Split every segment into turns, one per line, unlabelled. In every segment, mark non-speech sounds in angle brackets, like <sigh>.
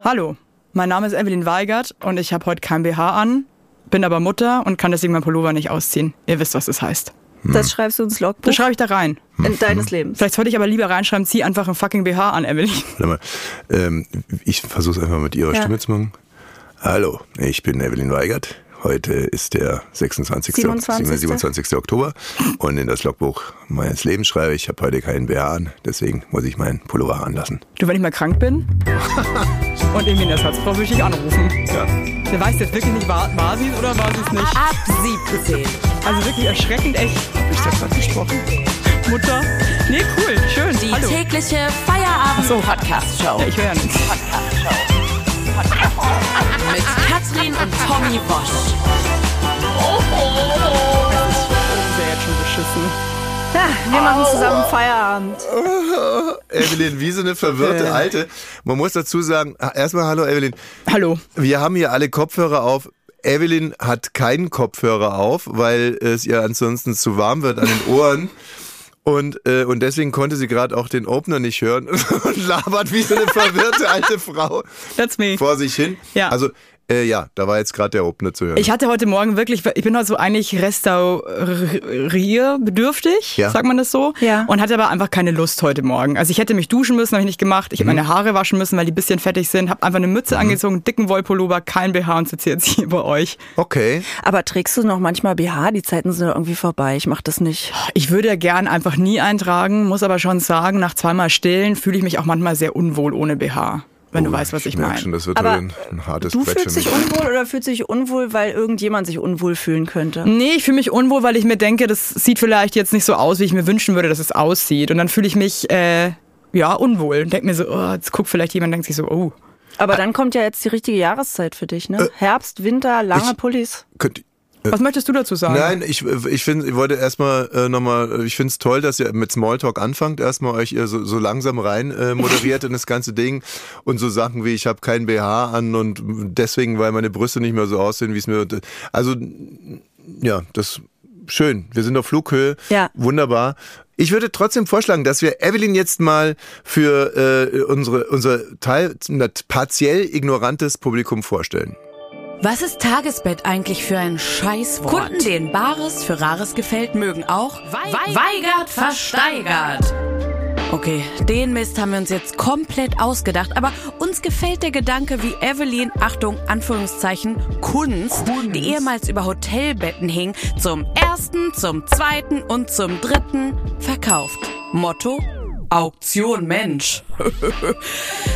Hallo, mein Name ist Evelyn Weigert und ich habe heute kein BH an, bin aber Mutter und kann deswegen meinen Pullover nicht ausziehen. Ihr wisst, was das heißt.
Das schreibst du ins Logbuch
Das schreibe ich da rein.
in deines Lebens.
Vielleicht sollte ich aber lieber reinschreiben, zieh einfach ein fucking BH an, Evelyn. <laughs>
Warte mal. Ähm, ich versuche es einfach mit Ihrer
Ja.
Stimme zu machen. Hallo, ich bin Evelyn Weigert. Heute ist der 26.
27..
27. Oktober und in das Logbuch meines Lebens schreibe ich, ich habe heute keinen BH an, deswegen muss ich meinen Pullover anlassen.
Du, wenn ich mal krank bin und irgendwie einen Ersatz brauche, würde ich dich anrufen. Ja. Der weiß jetzt wirklich nicht, war, war sie es oder war sie es nicht.
Ab 17.
Also wirklich erschreckend echt. Hab ich da gerade gesprochen? Mutter? Nee, cool, schön.
Die
Hallo.
tägliche Feierabend-Podcast-Show
Ja, ich höre ja nicht.
mit Katrin und Tommy Bosch.
Ist ja jetzt schon beschissen.
Ja, wir machen zusammen Feierabend.
Evelyn, wie so eine verwirrte Alte. Man muss dazu sagen, ah, erstmal hallo Evelyn.
Hallo.
Wir haben hier alle Kopfhörer auf. Evelyn hat keinen Kopfhörer auf, weil es ihr ansonsten zu warm wird an den Ohren. Und, äh, und deswegen konnte sie gerade auch den Opener nicht hören <laughs> und labert wie so eine verwirrte alte Frau
That's me.
vor sich hin.
Ja.
Also, äh, ja, da war jetzt gerade der Opener zu hören.
Ich hatte heute Morgen wirklich, ich bin heute so eigentlich restaurierbedürftig,
Ja.
sagt man das so,
Ja.
und hatte aber einfach keine Lust heute Morgen. Also ich hätte mich duschen müssen, habe ich nicht gemacht.
Mhm.
Ich habe meine Haare waschen müssen, weil die ein bisschen fettig sind. Habe einfach eine Mütze angezogen, einen dicken Wollpullover, kein BH und sitze jetzt hier bei euch.
okay.
Aber trägst du noch manchmal BH? Die Zeiten sind ja irgendwie vorbei. Ich mach das nicht.
Ich würde ja gern einfach nie eintragen, muss aber schon sagen, nach zweimal Stillen fühle ich mich auch manchmal sehr unwohl ohne BH, wenn du
Oh,
weißt, was ich,
merk
meine.
schon, das wird
Aber
heute ein, ein hartes
Du
Brett für
fühlst dich
mich.
unwohl oder fühlst du dich unwohl, weil irgendjemand sich unwohl fühlen könnte?
Nee, ich fühle mich unwohl, weil ich mir denke, das sieht vielleicht jetzt nicht so aus, wie ich mir wünschen würde, dass es aussieht. Und dann fühle ich mich, äh, ja, unwohl. Und denke mir so, oh, jetzt guckt vielleicht jemand und denkt sich so, oh.
Aber dann kommt ja jetzt die richtige Jahreszeit für dich, ne? Herbst, Winter, lange
ich-
Pullis.
Könnt,
Was möchtest du dazu sagen?
Äh, Nein, ich, ich, find, ich wollte erstmal äh, nochmal, ich finde es toll, dass ihr mit Smalltalk anfangt, erstmal euch ihr so, so langsam
<laughs>
rein äh, moderiert in das ganze Ding und so Sachen wie, ich habe kein BH an und deswegen, weil meine Brüste nicht mehr so aussehen, wie es mir... Also, ja, das... Schön, wir sind auf Flughöhe.
Ja.
Wunderbar. Ich würde trotzdem vorschlagen, dass wir Evelyn jetzt mal für äh, unsere, unser Teil, partiell ignorantes Publikum vorstellen.
Was ist Tagesbett eigentlich für ein Scheißwort? Kunden, denen Bares für Rares gefällt, mögen auch Weigert versteigert. Okay, den Mist haben wir uns jetzt komplett ausgedacht, aber uns gefällt der Gedanke, wie Evelyn, Achtung, Anführungszeichen, Kunst, die ehemals über Hotelbetten hing, zum ersten, zum zweiten und zum dritten verkauft. Motto? Auktion Mensch.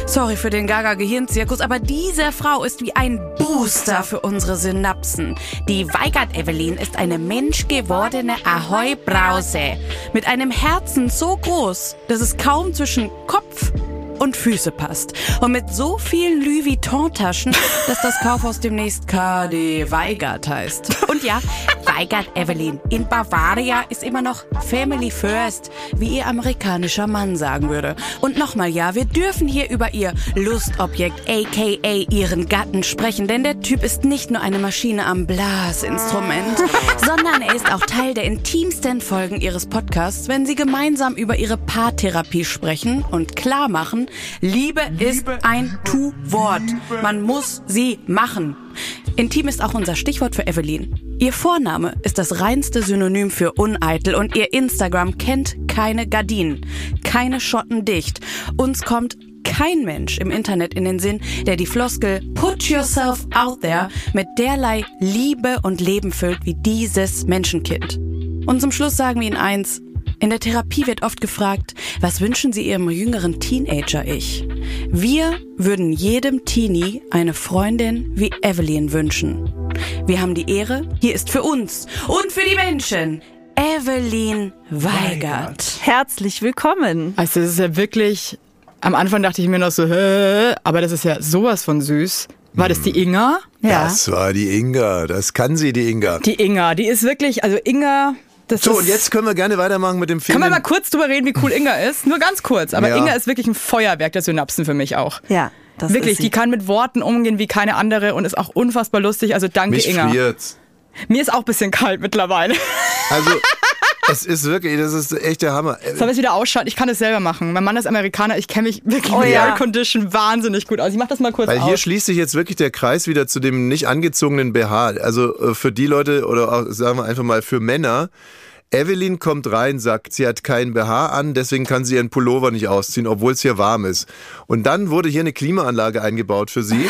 Sorry für den Gaga-Gehirnzirkus, aber diese Frau ist wie ein Booster für unsere Synapsen. Die Weigert-Evelyn ist eine menschgewordene Ahoi-Brause. Mit einem Herzen so groß, dass es kaum zwischen Kopf und Füße passt. Und mit so vielen Louis Vuitton-Taschen, dass das Kaufhaus demnächst KD Weigert heißt. Und ja, Weigert Evelyn in Bavaria ist immer noch Family First, wie ihr amerikanischer Mann sagen würde. Und nochmal, ja, wir dürfen hier über ihr Lustobjekt, aka ihren Gatten, sprechen, denn der Typ ist nicht nur eine Maschine am Blasinstrument, sondern er ist auch Teil der intimsten Folgen ihres Podcasts, wenn sie gemeinsam über ihre Paartherapie sprechen und klar machen, Liebe ist ein Tu-Wort. Man muss sie machen. Intim ist auch unser Stichwort für Evelyn. Ihr Vorname ist das reinste Synonym für uneitel und ihr Instagram kennt keine Gardinen, keine Schotten dicht. Uns kommt kein Mensch im Internet in den Sinn, der die Floskel Put yourself out there mit derlei Liebe und Leben füllt wie dieses Menschenkind. Und zum Schluss sagen wir Ihnen eins. In der Therapie wird oft gefragt, was wünschen Sie Ihrem jüngeren Teenager-Ich? Wir würden jedem Teenie eine Freundin wie Evelyn wünschen. Wir haben die Ehre, hier ist für uns und für die Menschen Evelyn Weigert.
Herzlich willkommen.
Also das ist ja wirklich, am Anfang dachte ich mir noch so, hä, aber das ist ja sowas von süß. War
Hm.
das die Inga?
Ja.
Das war die Inga, das kann sie, die Inga.
Die Inga, die ist wirklich, also Inga, das
So,
ist...
und jetzt können wir gerne weitermachen mit dem Film.
Können wir mal kurz drüber reden, wie cool Inga ist? Nur ganz kurz. Aber
Ja.
Inga ist wirklich ein Feuerwerk der Synapsen für mich auch.
Ja, das ist
Wirklich,
sie.
die kann mit Worten umgehen wie keine andere und ist auch unfassbar lustig. Also danke,
Mich
Inga.
friert's.
<laughs> Mir ist auch ein bisschen kalt mittlerweile.
Also, es ist wirklich, das ist echt der Hammer.
Sollen wir es wieder ausschalten? Ich kann es selber machen. Mein Mann ist Amerikaner, ich kenne mich wirklich
Oh
mit
ja.
Air Condition wahnsinnig gut aus. Ich mach das mal kurz
Weil hier
aus.
schließt sich jetzt wirklich der Kreis wieder zu dem nicht angezogenen BH. Also äh, für die Leute oder auch, sagen wir einfach mal für Männer. Evelyn kommt rein, sagt, sie hat keinen BH an, deswegen kann sie ihren Pullover nicht ausziehen, obwohl es hier warm ist. Und dann wurde hier eine Klimaanlage eingebaut für sie.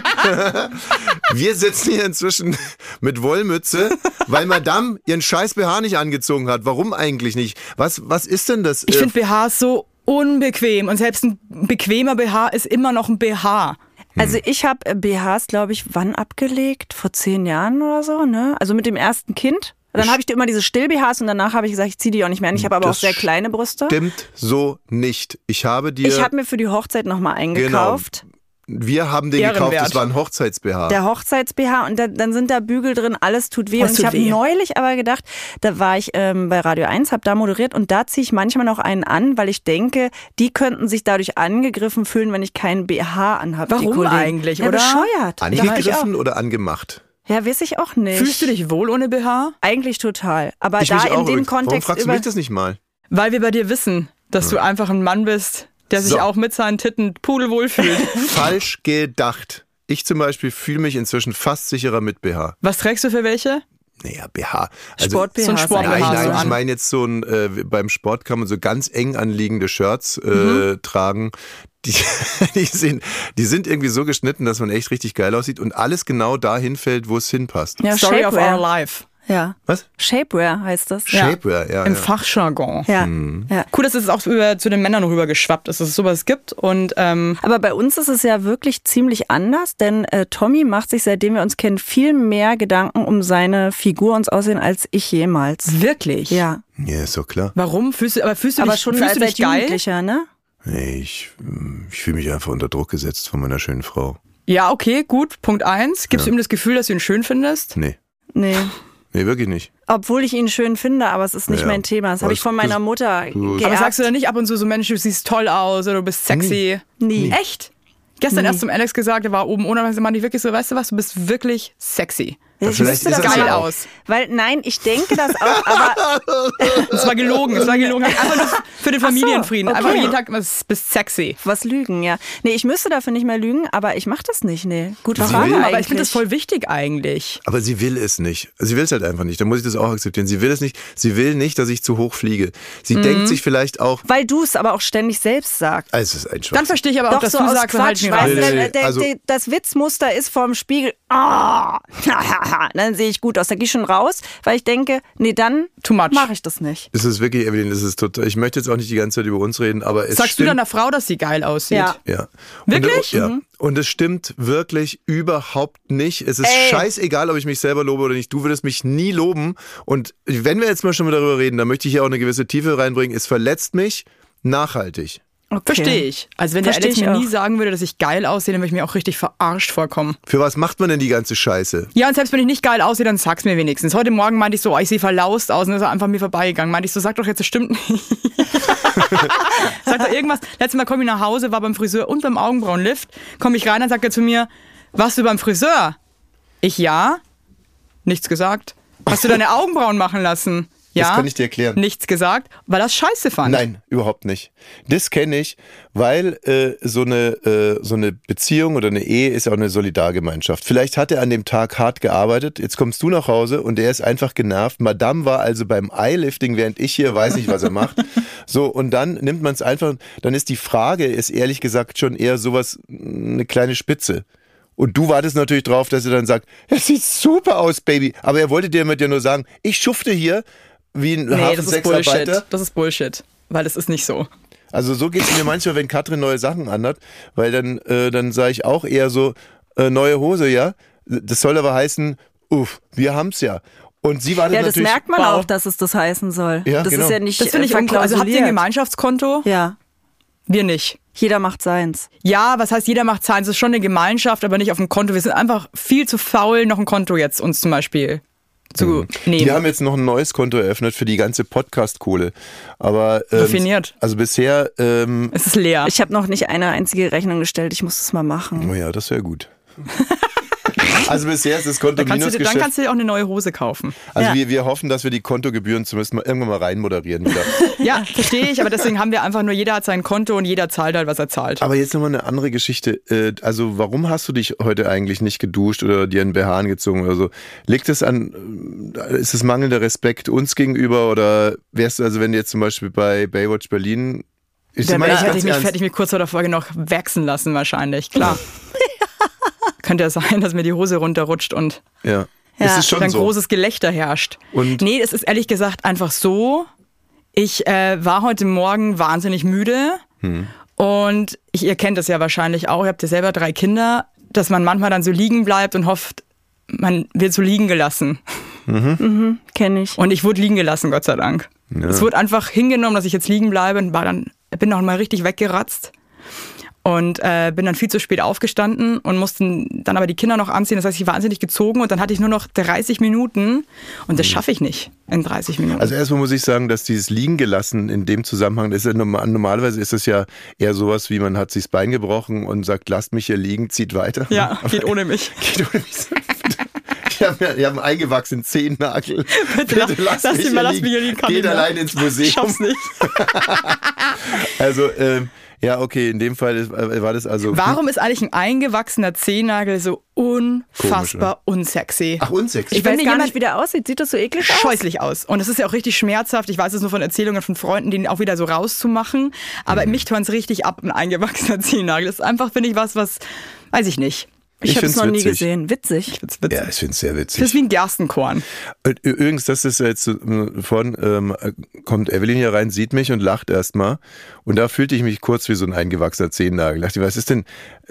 <laughs> Wir sitzen hier inzwischen mit Wollmütze, weil Madame ihren scheiß BH nicht angezogen hat. Warum eigentlich nicht? Was, was ist denn das?
Ich
äh,
finde BHs so unbequem und selbst ein bequemer BH ist immer noch ein BH.
Also ich habe BHs, glaube ich, wann abgelegt? Vor zehn Jahren oder so, ne? Also mit dem ersten Kind. Dann habe ich immer diese Still-BHs und danach habe ich gesagt, ich ziehe die auch nicht mehr an. Ich habe aber auch
Das
sehr kleine Brüste.
Stimmt so nicht. Ich habe dir.
Ich habe mir für die Hochzeit
Genau.
nochmal eingekauft.
Wir haben den
Ehrenwert.
gekauft, das war ein Hochzeits-BH.
Der Hochzeits-BH und da, dann sind da Bügel drin, alles tut
Oh,
weh.
Was
und ich
tut
habe
weh?
neulich aber gedacht, da war ich ähm, bei Radio 1, habe da moderiert und da ziehe ich manchmal noch einen an, weil ich denke, die könnten sich dadurch angegriffen fühlen, wenn ich keinen BH anhabe. die
Warum
Kollegen.
eigentlich,
ja,
oder?
Bescheuert.
Angegriffen oder angemacht?
Ja, weiß ich auch nicht.
Fühlst du dich wohl ohne BH?
Eigentlich total. Aber
Ich
da
mich
in
auch
dem
übrigens. Warum
Kontext
fragst du
über.
mich das nicht mal?
Weil wir bei dir wissen, dass du einfach ein Mann bist, der sich
So.
auch mit seinen Titten pudelwohl fühlt.
<laughs>
Falsch gedacht. Ich zum Beispiel fühle mich inzwischen fast sicherer mit BH.
Was trägst du für welche?
Naja, BH.
Sport-BH
so ein
ist
Sport-
eigentlich
BH
Also Nein, nein,
so
ich
an.
meine jetzt so ein, äh, beim Sport kann man so ganz eng anliegende Shirts äh,
Mhm.
tragen. Die, <laughs> die, sind, die sind irgendwie so geschnitten, dass man echt richtig geil aussieht und alles genau dahin fällt, wo es hinpasst.
Ja,
Story of
Shapewear.
our life.
Ja.
Was?
Shapewear heißt das.
Ja.
Shapewear, ja.
Im
ja.
Fachjargon.
Ja.
Hm.
ja.
Cool, dass es auch über, zu den Männern rübergeschwappt ist, dass es sowas gibt. Und ähm,
Aber bei uns ist es ja wirklich ziemlich anders, denn äh, Tommy macht sich, seitdem wir uns kennen, viel mehr Gedanken um seine Figur und Aussehen als ich jemals.
wirklich?
Ja.
ja, ist doch klar.
Warum? Fühlst du, aber fühlst du
Aber
dich,
schon
fühlst
als,
du
als
dich geil?
Jugendlicher, ne?
Nee, ich, ich fühle mich einfach unter Druck gesetzt von meiner schönen Frau.
Ja, okay, gut. Punkt eins. Gibst du ihm das Gefühl, dass du ihn schön findest?
Nee.
Nee.
Nee, wirklich nicht.
Obwohl ich ihn schön finde, aber es ist nicht
Ja.
mein Thema. Das habe
Aber
ich von
es-
meiner Mutter
du-
Aber
geerbt.
sagst du dann nicht ab und zu so, Mensch, du siehst toll aus oder du bist sexy?
Nie.
Echt? Gestern erst zum Alex gesagt, er war oben ohne, und dann meinte ich wirklich so, weißt du was, du bist wirklich sexy.
Ja,
Vielleicht
wüsste
ist
das
das
Geil
mal.
ja auch.
aus.
Weil, nein, ich denke
<laughs>
das auch, aber
Es war gelogen, es war gelogen. Einfach nur für den
Ach so,
Familienfrieden.
okay.
Einfach jeden Tag, immer, du bist sexy.
was lügen, ja. Nee, ich müsste dafür nicht mehr lügen, aber ich mache das nicht, nee. Gute
Sie
Frage
will-
eigentlich.
Aber ich finde das voll wichtig eigentlich.
Aber sie will es nicht. Sie will es halt einfach nicht. Da muss ich das auch akzeptieren. Sie will es nicht. Sie will nicht, dass ich zu hoch fliege.
Mhm.
Sie denkt sich vielleicht auch,
Weil du es aber auch ständig selbst sagst.
Ah, es ist ein Schwachsinn.
Dann verstehe ich aber auch,
Doch
dass
so
du
aus
sagst, wir halten
Quatsch,
ihn
weißt
raus.
du,
Nee, nee,
der- der-
also-
der- das Witzmuster ist vorm Spiegel, ah, <laughs> dann sehe ich gut aus, dann gehe ich schon raus, weil ich denke, nee, dann
Too much.
mache ich das nicht.
Es ist wirklich, Evelyn, es ist total. Ich möchte jetzt auch nicht die ganze Zeit über uns reden, aber es
Sagst
stimmt.
du deiner Frau, dass sie geil aussieht?
Ja.
ja.
Wirklich?
Und, ne, ja. Und es stimmt wirklich überhaupt nicht. Es ist
Ey.
scheißegal, ob ich mich selber lobe oder nicht. Du würdest mich nie loben. Und wenn wir jetzt mal schon mal darüber reden, dann möchte ich hier auch eine gewisse Tiefe reinbringen. Es verletzt mich nachhaltig.
Okay.
Verstehe ich. Also wenn
Versteh
der Alex
ich
mir nie
auch.
sagen würde, dass ich geil aussehe, dann würde ich mir auch richtig verarscht vorkommen.
Für was macht man denn die ganze Scheiße?
Ja, und selbst wenn ich nicht geil aussehe, dann sag's mir wenigstens. Heute Morgen meinte ich so, oh, ich sehe verlaust aus und dann ist er einfach an mir vorbeigegangen. Meinte ich so, sag doch jetzt, das stimmt
<laughs>
nicht. sagt er irgendwas. Letztes Mal komme ich nach Hause, war beim Friseur und beim Augenbrauenlift. Komme ich rein, dann sagt er zu mir, warst du beim Friseur? Ich ja. Nichts gesagt. Hast du deine Augenbrauen machen lassen? Ja.
kann ich dir erklären.
Nichts gesagt, weil das scheiße fand.
Nein, überhaupt nicht. Das kenne ich, weil äh, so, eine, äh, so eine Beziehung oder eine Ehe ist ja auch eine Solidargemeinschaft. Vielleicht hat er an dem Tag hart gearbeitet, jetzt kommst du nach Hause und er ist einfach genervt. Madame war also beim Eyelifting, während ich hier weiß nicht, was er
<laughs>
macht. So, und dann nimmt man es einfach, dann ist die Frage, ist ehrlich gesagt schon eher sowas, mh, eine kleine Spitze. Und du wartest natürlich drauf, dass er dann sagt, es sieht super aus, Baby. Aber er wollte dir mit dir nur sagen, ich schufte hier wie ein
Nee, das ist Bullshit.
Hafensexarbeiter.
Das ist Bullshit. Weil das ist nicht so.
Also so geht es mir manchmal, wenn Katrin neue Sachen anhat, weil dann, äh, dann sage ich auch eher so, äh, neue Hose, ja. Das soll aber heißen, uff, wir haben's ja. Und sie wartet
Ja, das
natürlich.
merkt man
Wow.
auch, dass es das heißen soll.
Ja,
das
genau.
ist ja nicht
Das finde ich
äh,
uncool. Also habt ihr ein
verklausuliert.
Gemeinschaftskonto?
Ja,
Wir nicht.
jeder macht seins.
Ja, was heißt, jeder macht Zahlen. Es ist schon eine Gemeinschaft, aber nicht auf dem Konto. Wir sind einfach viel zu faul, noch ein Konto jetzt uns zum Beispiel zu nehmen.
die haben jetzt noch ein neues Konto eröffnet für die ganze Podcast-Kohle. Aber ähm,
Definiert.
Also bisher, ähm,
es ist leer.
<laughs>
Mhm.
Ich habe noch nicht eine einzige Rechnung gestellt, ich muss das mal machen.
oh ja, das wäre gut. Also bisher ist das Konto
Dann kannst, du, dir- dann
Minusgeschäft.
kannst du dir auch eine neue Hose <laughs> kaufen.
Also
Ja.
wir, wir hoffen, dass wir die Kontogebühren zumindest mal irgendwann mal
<laughs>
reinmoderieren wieder.
Ja, verstehe ich, aber deswegen haben wir einfach nur, jeder hat sein Konto und jeder zahlt halt, was er zahlt.
Aber jetzt nochmal eine andere Geschichte. Äh, Also warum hast du dich heute eigentlich nicht geduscht oder dir einen BH angezogen oder so? Liegt es an, äh, ist es mangelnder Respekt uns gegenüber oder wärst du, also wenn du jetzt zum Beispiel bei Baywatch Berlin... Ich
Der
meine
Ja,
das
hätte ich,
Mensch
ganz
halt mich,
ernst.
hätte ich mich kurz vor der Folge noch wachsen lassen wahrscheinlich,
<laughs>
klar. Könnte ja sein, dass mir die Hose runterrutscht und
Ja. Es ist schon
dann
so.
großes Gelächter herrscht.
Und-
nee, es ist ehrlich gesagt einfach so. Ich äh, war heute Morgen wahnsinnig müde
Hm.
und ich, ihr kennt das ja wahrscheinlich auch, ihr habt ja selber drei Kinder, dass man manchmal dann so liegen bleibt und hofft, man wird so liegen gelassen.
Kenne ich.
Und ich wurde liegen gelassen, Gott sei Dank. Es wurde einfach hingenommen, dass ich jetzt liegen bleibe und war dann, bin noch mal richtig weggeratzt. Und äh, bin dann viel zu spät aufgestanden und mussten dann aber die Kinder noch anziehen. Das heißt, ich war wahnsinnig gezogen und dann hatte ich nur noch 30 Minuten. Und das schaffe ich nicht in 30 Minuten.
Mhm. Also erstmal muss ich sagen, dass dieses liegen gelassen in dem Zusammenhang, das ist ja normal, normalerweise ist es ja eher sowas wie man hat sich das Bein gebrochen und sagt, lasst mich hier liegen, zieht weiter. <laughs>
ja, geht ohne mich.
Geht ohne mich sanft. <laughs> Ich habe hab einen eingewachsenen Zehennagel.
<laughs>
Bitte,
la- lass ihn mal, lass mich hier liegen, kann
Geht
nicht mehr.
allein ins
Ich
Museum.
schaff's nicht.
Also, ähm, ja, okay, in dem Fall ist, äh, war das also.
Warum ist eigentlich ein eingewachsener Zehennagel so unfassbar unsexy?
ne? Ach, unsexy.
Ich
Wenn
weiß
dir
gar
jemand
nicht,
wie der aussieht, sieht das so eklig aus?
scheußlich aus. Und es ist ja auch richtig schmerzhaft. Ich weiß es nur von Erzählungen von Freunden, den auch wieder so rauszumachen. Aber
Mhm.
mich turns richtig ab, ein eingewachsener <laughs> Zehennagel. Das ist einfach, finde ich, was, was, weiß ich nicht.
Ich,
Ich
habe es
find's
noch nie
witzig.
gesehen. Witzig.
Das wird,
Ja, ich finde es sehr
das ist
witzig.
wie ein Gerstenkorn.
Und Übrigens, das ist jetzt äh, von, ähm, kommt Evelyn hier rein, sieht mich und lacht erstmal. Und da fühlte ich mich kurz wie so ein eingewachsener Zehennagel. Dachte, was ist denn,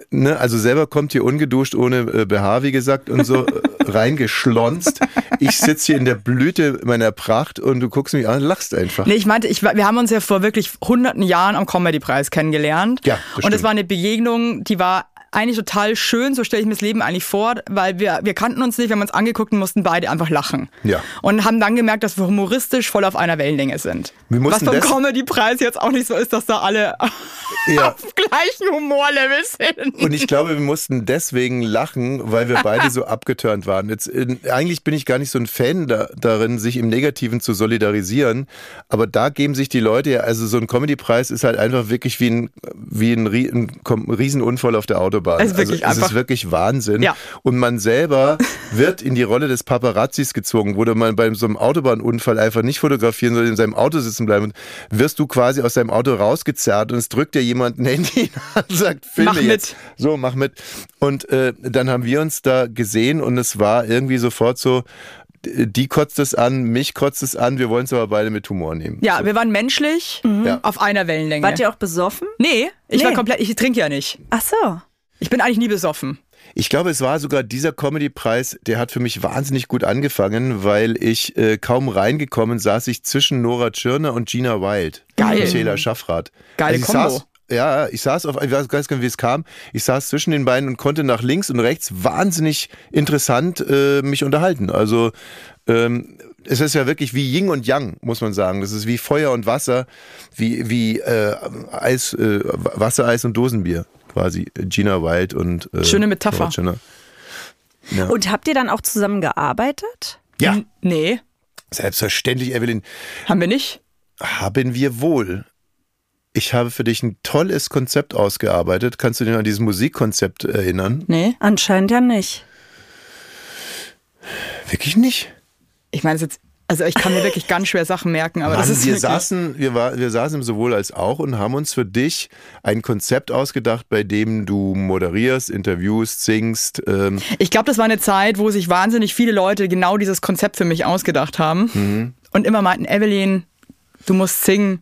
ne? Also selber kommt hier ungeduscht, ohne äh, BH, wie gesagt, und
<laughs>
so äh, reingeschlonzt. Ich sitze hier in der Blüte meiner Pracht und du guckst mich an und lachst einfach.
Nee, ich meinte, ich, war- wir haben uns ja vor wirklich hunderten Jahren am Comedy-Preis kennengelernt.
Ja, das
Und es
stimmt.
war eine Begegnung, die war eigentlich total schön, so stelle ich mir das Leben eigentlich vor, weil wir, wir kannten uns nicht, wir haben uns angeguckt und mussten beide einfach lachen.
Ja.
Und haben dann gemerkt, dass wir humoristisch voll auf einer Wellenlänge sind.
Wir
Was
mussten
beim
das-
Comedy-Preis jetzt auch nicht so ist, dass da alle <laughs>
Ja.
auf gleichen Humorlevel sind.
Und ich glaube, wir mussten deswegen lachen, weil wir
<laughs>
beide so abgeturnt waren. Jetzt, in, eigentlich bin ich gar nicht so ein Fan da, darin, sich im Negativen zu solidarisieren. Aber da geben sich die Leute ja, also so ein Comedy-Preis ist halt einfach wirklich wie ein, wie ein, Rie- ein Kom- Riesenunfall auf der Autobahn.
Es ist wirklich
also, es ist
einfach-
wirklich Wahnsinn.
Ja.
Und man
<laughs>
selber wird in die Rolle des Paparazzis gezwungen, wurde man bei so einem Autobahnunfall einfach nicht fotografieren, sondern in seinem Auto sitzen bleiben. Und wirst du quasi aus deinem Auto rausgezerrt und es drückt dir jemand ein Handy in die Hand und sagt, Filme
Mach
jetzt. So, mach mit. Und äh, dann haben wir uns da gesehen und es war irgendwie sofort so, d- die kotzt es an, mich kotzt es an, wir wollen es aber beide mit Humor nehmen.
Ja, wir waren menschlich
Ja.
auf einer Wellenlänge.
Mhm. Wart ihr auch besoffen?
nee, ich war
Nee.
komplett, ich trinke ja nicht.
Ach so.
Ich bin eigentlich nie besoffen.
Ich glaube, es war sogar dieser Comedy-Preis, der hat für mich wahnsinnig gut angefangen, weil ich äh, kaum reingekommen saß ich zwischen Nora Tschirner und Gina Wild.
Geil.
Michaela Schaffrath. Also
Geile
ich
Kombo.
Saß, ja, ich saß auf, ich weiß gar nicht, wie es kam. Ich saß zwischen den beiden und konnte nach links und rechts wahnsinnig interessant äh, mich unterhalten. Also ähm, es ist ja wirklich wie Yin und Yang, muss man sagen. Das ist wie Feuer und Wasser, wie, wie äh, Eis, äh, Wassereis und Dosenbier quasi. Gina Wild und äh,
Schöne Metapher.
Nora Tschirner. Ja.
Und habt ihr dann auch zusammen gearbeitet?
Ja,
N- Nee,
selbstverständlich, Evelyn.
haben wir nicht.
Haben wir wohl. Ich habe für dich ein tolles Konzept ausgearbeitet. Kannst du dich an dieses Musikkonzept erinnern?
Nee.
Anscheinend ja nicht.
Wirklich nicht.
Ich meine, das ist jetzt, also ich kann mir wirklich ganz schwer Sachen merken, aber das
Mann,
ist
wir,
wirklich,
saßen, wir, war, wir saßen sowohl als auch und haben uns für dich ein Konzept ausgedacht, bei dem du moderierst, interviewst, singst. Ähm,
Ich glaube, das war eine Zeit, wo sich wahnsinnig viele Leute genau dieses Konzept für mich ausgedacht haben
Mhm.
und immer meinten, Evelyn, du musst singen,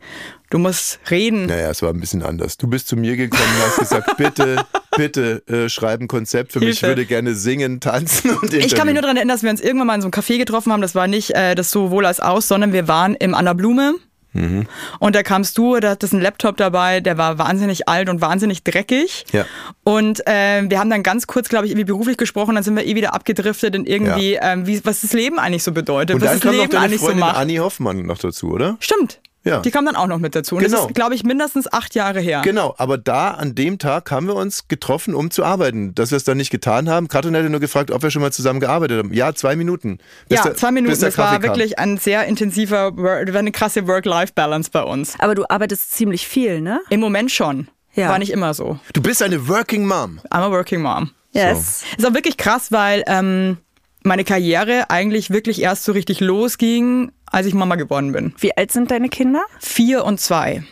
du musst reden.
naja, es war ein bisschen anders. Du bist zu mir gekommen und hast gesagt, <laughs> bitte, bitte äh, schreib ein Konzept für mich. Ich
Hilfe.
würde gerne singen, tanzen und interviewen.
Ich kann mich nur daran erinnern, dass wir uns irgendwann mal in so einem Café getroffen haben. Das war nicht äh, das sowohl als aus, sondern wir waren im Anna Blume.
Mhm.
Und da kamst du, da hattest einen Laptop dabei, der war wahnsinnig alt und wahnsinnig dreckig.
Ja.
Und ähm, wir haben dann ganz kurz, glaube ich, irgendwie beruflich gesprochen, dann sind wir eh wieder abgedriftet in irgendwie, ähm, wie, was das Leben eigentlich so bedeutet,
und
was
dann
das
kam noch
Leben
deine
eigentlich so
Freundin
macht.
Anni Hoffmann noch dazu, oder?
Stimmt.
Ja.
Die kam dann auch noch mit dazu. Und
Genau.
das ist, glaube ich, mindestens acht Jahre her.
Genau, aber da an dem Tag haben wir uns getroffen, um zu arbeiten. Dass wir es dann nicht getan haben. Katrin hätte nur gefragt, ob wir schon mal zusammen gearbeitet haben. Ja, zwei Minuten. Bis
Ja,
der-
zwei Minuten.
bis der
Das war
Kaffee kam.
wirklich ein sehr intensiver, Work- war eine krasse Work-Life-Balance bei uns.
Aber du arbeitest ziemlich viel, ne?
Im Moment schon.
Ja.
War nicht immer so.
Du bist eine Working Mom.
I'm a working mom.
Yes.
Ist auch wirklich krass, weil ähm, meine Karriere eigentlich wirklich erst so richtig losging, als ich Mama geworden bin.
Wie alt sind deine Kinder?
Vier und zwei.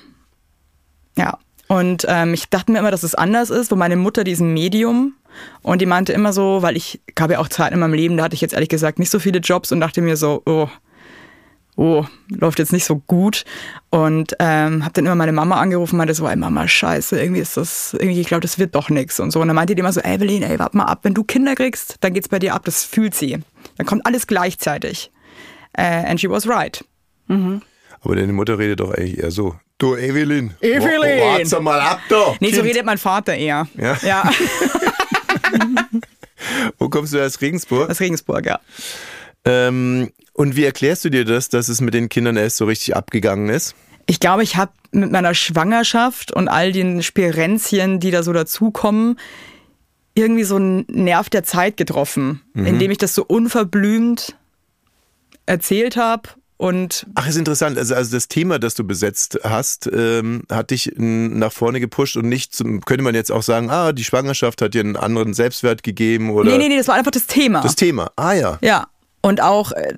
Ja. Und ähm, ich dachte mir immer, dass es anders ist, wo meine Mutter diesen Medium und die meinte immer so, weil ich gab ja auch Zeiten in meinem Leben, da hatte ich jetzt ehrlich gesagt nicht so viele Jobs und dachte mir so, oh, oh, läuft jetzt nicht so gut. Und ähm, habe dann immer meine Mama angerufen, meinte so, ey Mama, scheiße, irgendwie ist das, irgendwie, ich glaube, das wird doch nichts und so. Und dann meinte die immer so, Evelyn, ey, warte mal ab, wenn du Kinder kriegst, dann geht's bei dir ab, das fühlt sie. Dann kommt alles gleichzeitig. Äh, and she was right.
Aber deine Mutter redet doch eigentlich eher so. Du Evelyn.
Evelyn.
Wa- wart's doch mal ab da.
Nee, so
Kind.
redet mein Vater eher.
Ja.
ja.
<laughs> Wo kommst du aus Regensburg?
Aus Regensburg, ja.
Ähm, und wie erklärst du dir das, dass es mit den Kindern erst so richtig abgegangen ist?
Ich glaube, ich habe mit meiner Schwangerschaft und all den Spirenzien, die da so dazukommen, irgendwie so einen Nerv der Zeit getroffen,
Mhm.
indem ich das so unverblümt erzählt habe und
Ach, ist interessant. Also, also das Thema, das du besetzt hast, ähm, hat dich n- nach vorne gepusht und nicht zum, könnte man jetzt auch sagen, ah, die Schwangerschaft hat dir einen anderen Selbstwert gegeben oder
Nee, nee, nee, das war einfach das Thema.
das Thema. Ah ja.
ja. Und auch, äh,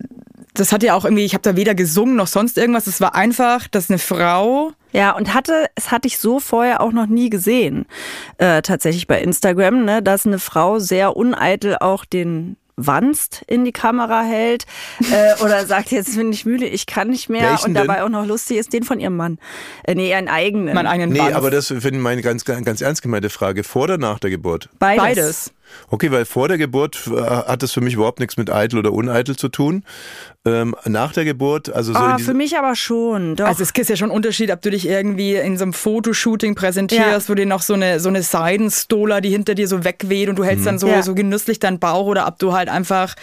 das hat ja auch irgendwie, ich habe da weder gesungen noch sonst irgendwas. Es war einfach, dass eine Frau
Ja, und hatte, es hatte ich so vorher auch noch nie gesehen, äh, tatsächlich bei Instagram, ne, dass eine Frau sehr uneitel auch den Wanst in die Kamera hält
<laughs>
äh, oder sagt, jetzt bin ich müde, ich kann nicht mehr
Welchen
und dabei
denn?
auch noch lustig ist, den von ihrem Mann. Äh, nee, einen eigenen.
meinen eigenen
Nee,
Bart-
aber das finde ich meine ganz, ganz, ganz ernst gemeinte Frage. Vor oder nach der Geburt?
Beides.
beides.
Okay, weil vor der Geburt äh, hat das für mich überhaupt nichts mit eitel oder uneitel zu tun. Ähm, nach der Geburt, also so in
Ah,
diesem-
für mich aber schon, doch.
Also es ist ja schon ein Unterschied, ob du dich irgendwie in so einem Fotoshooting präsentierst,
Ja.
wo dir noch so eine, so eine Seidenstola, die hinter dir so wegweht und du hältst dann so,
Ja.
so genüsslich deinen Bauch oder ob du halt einfach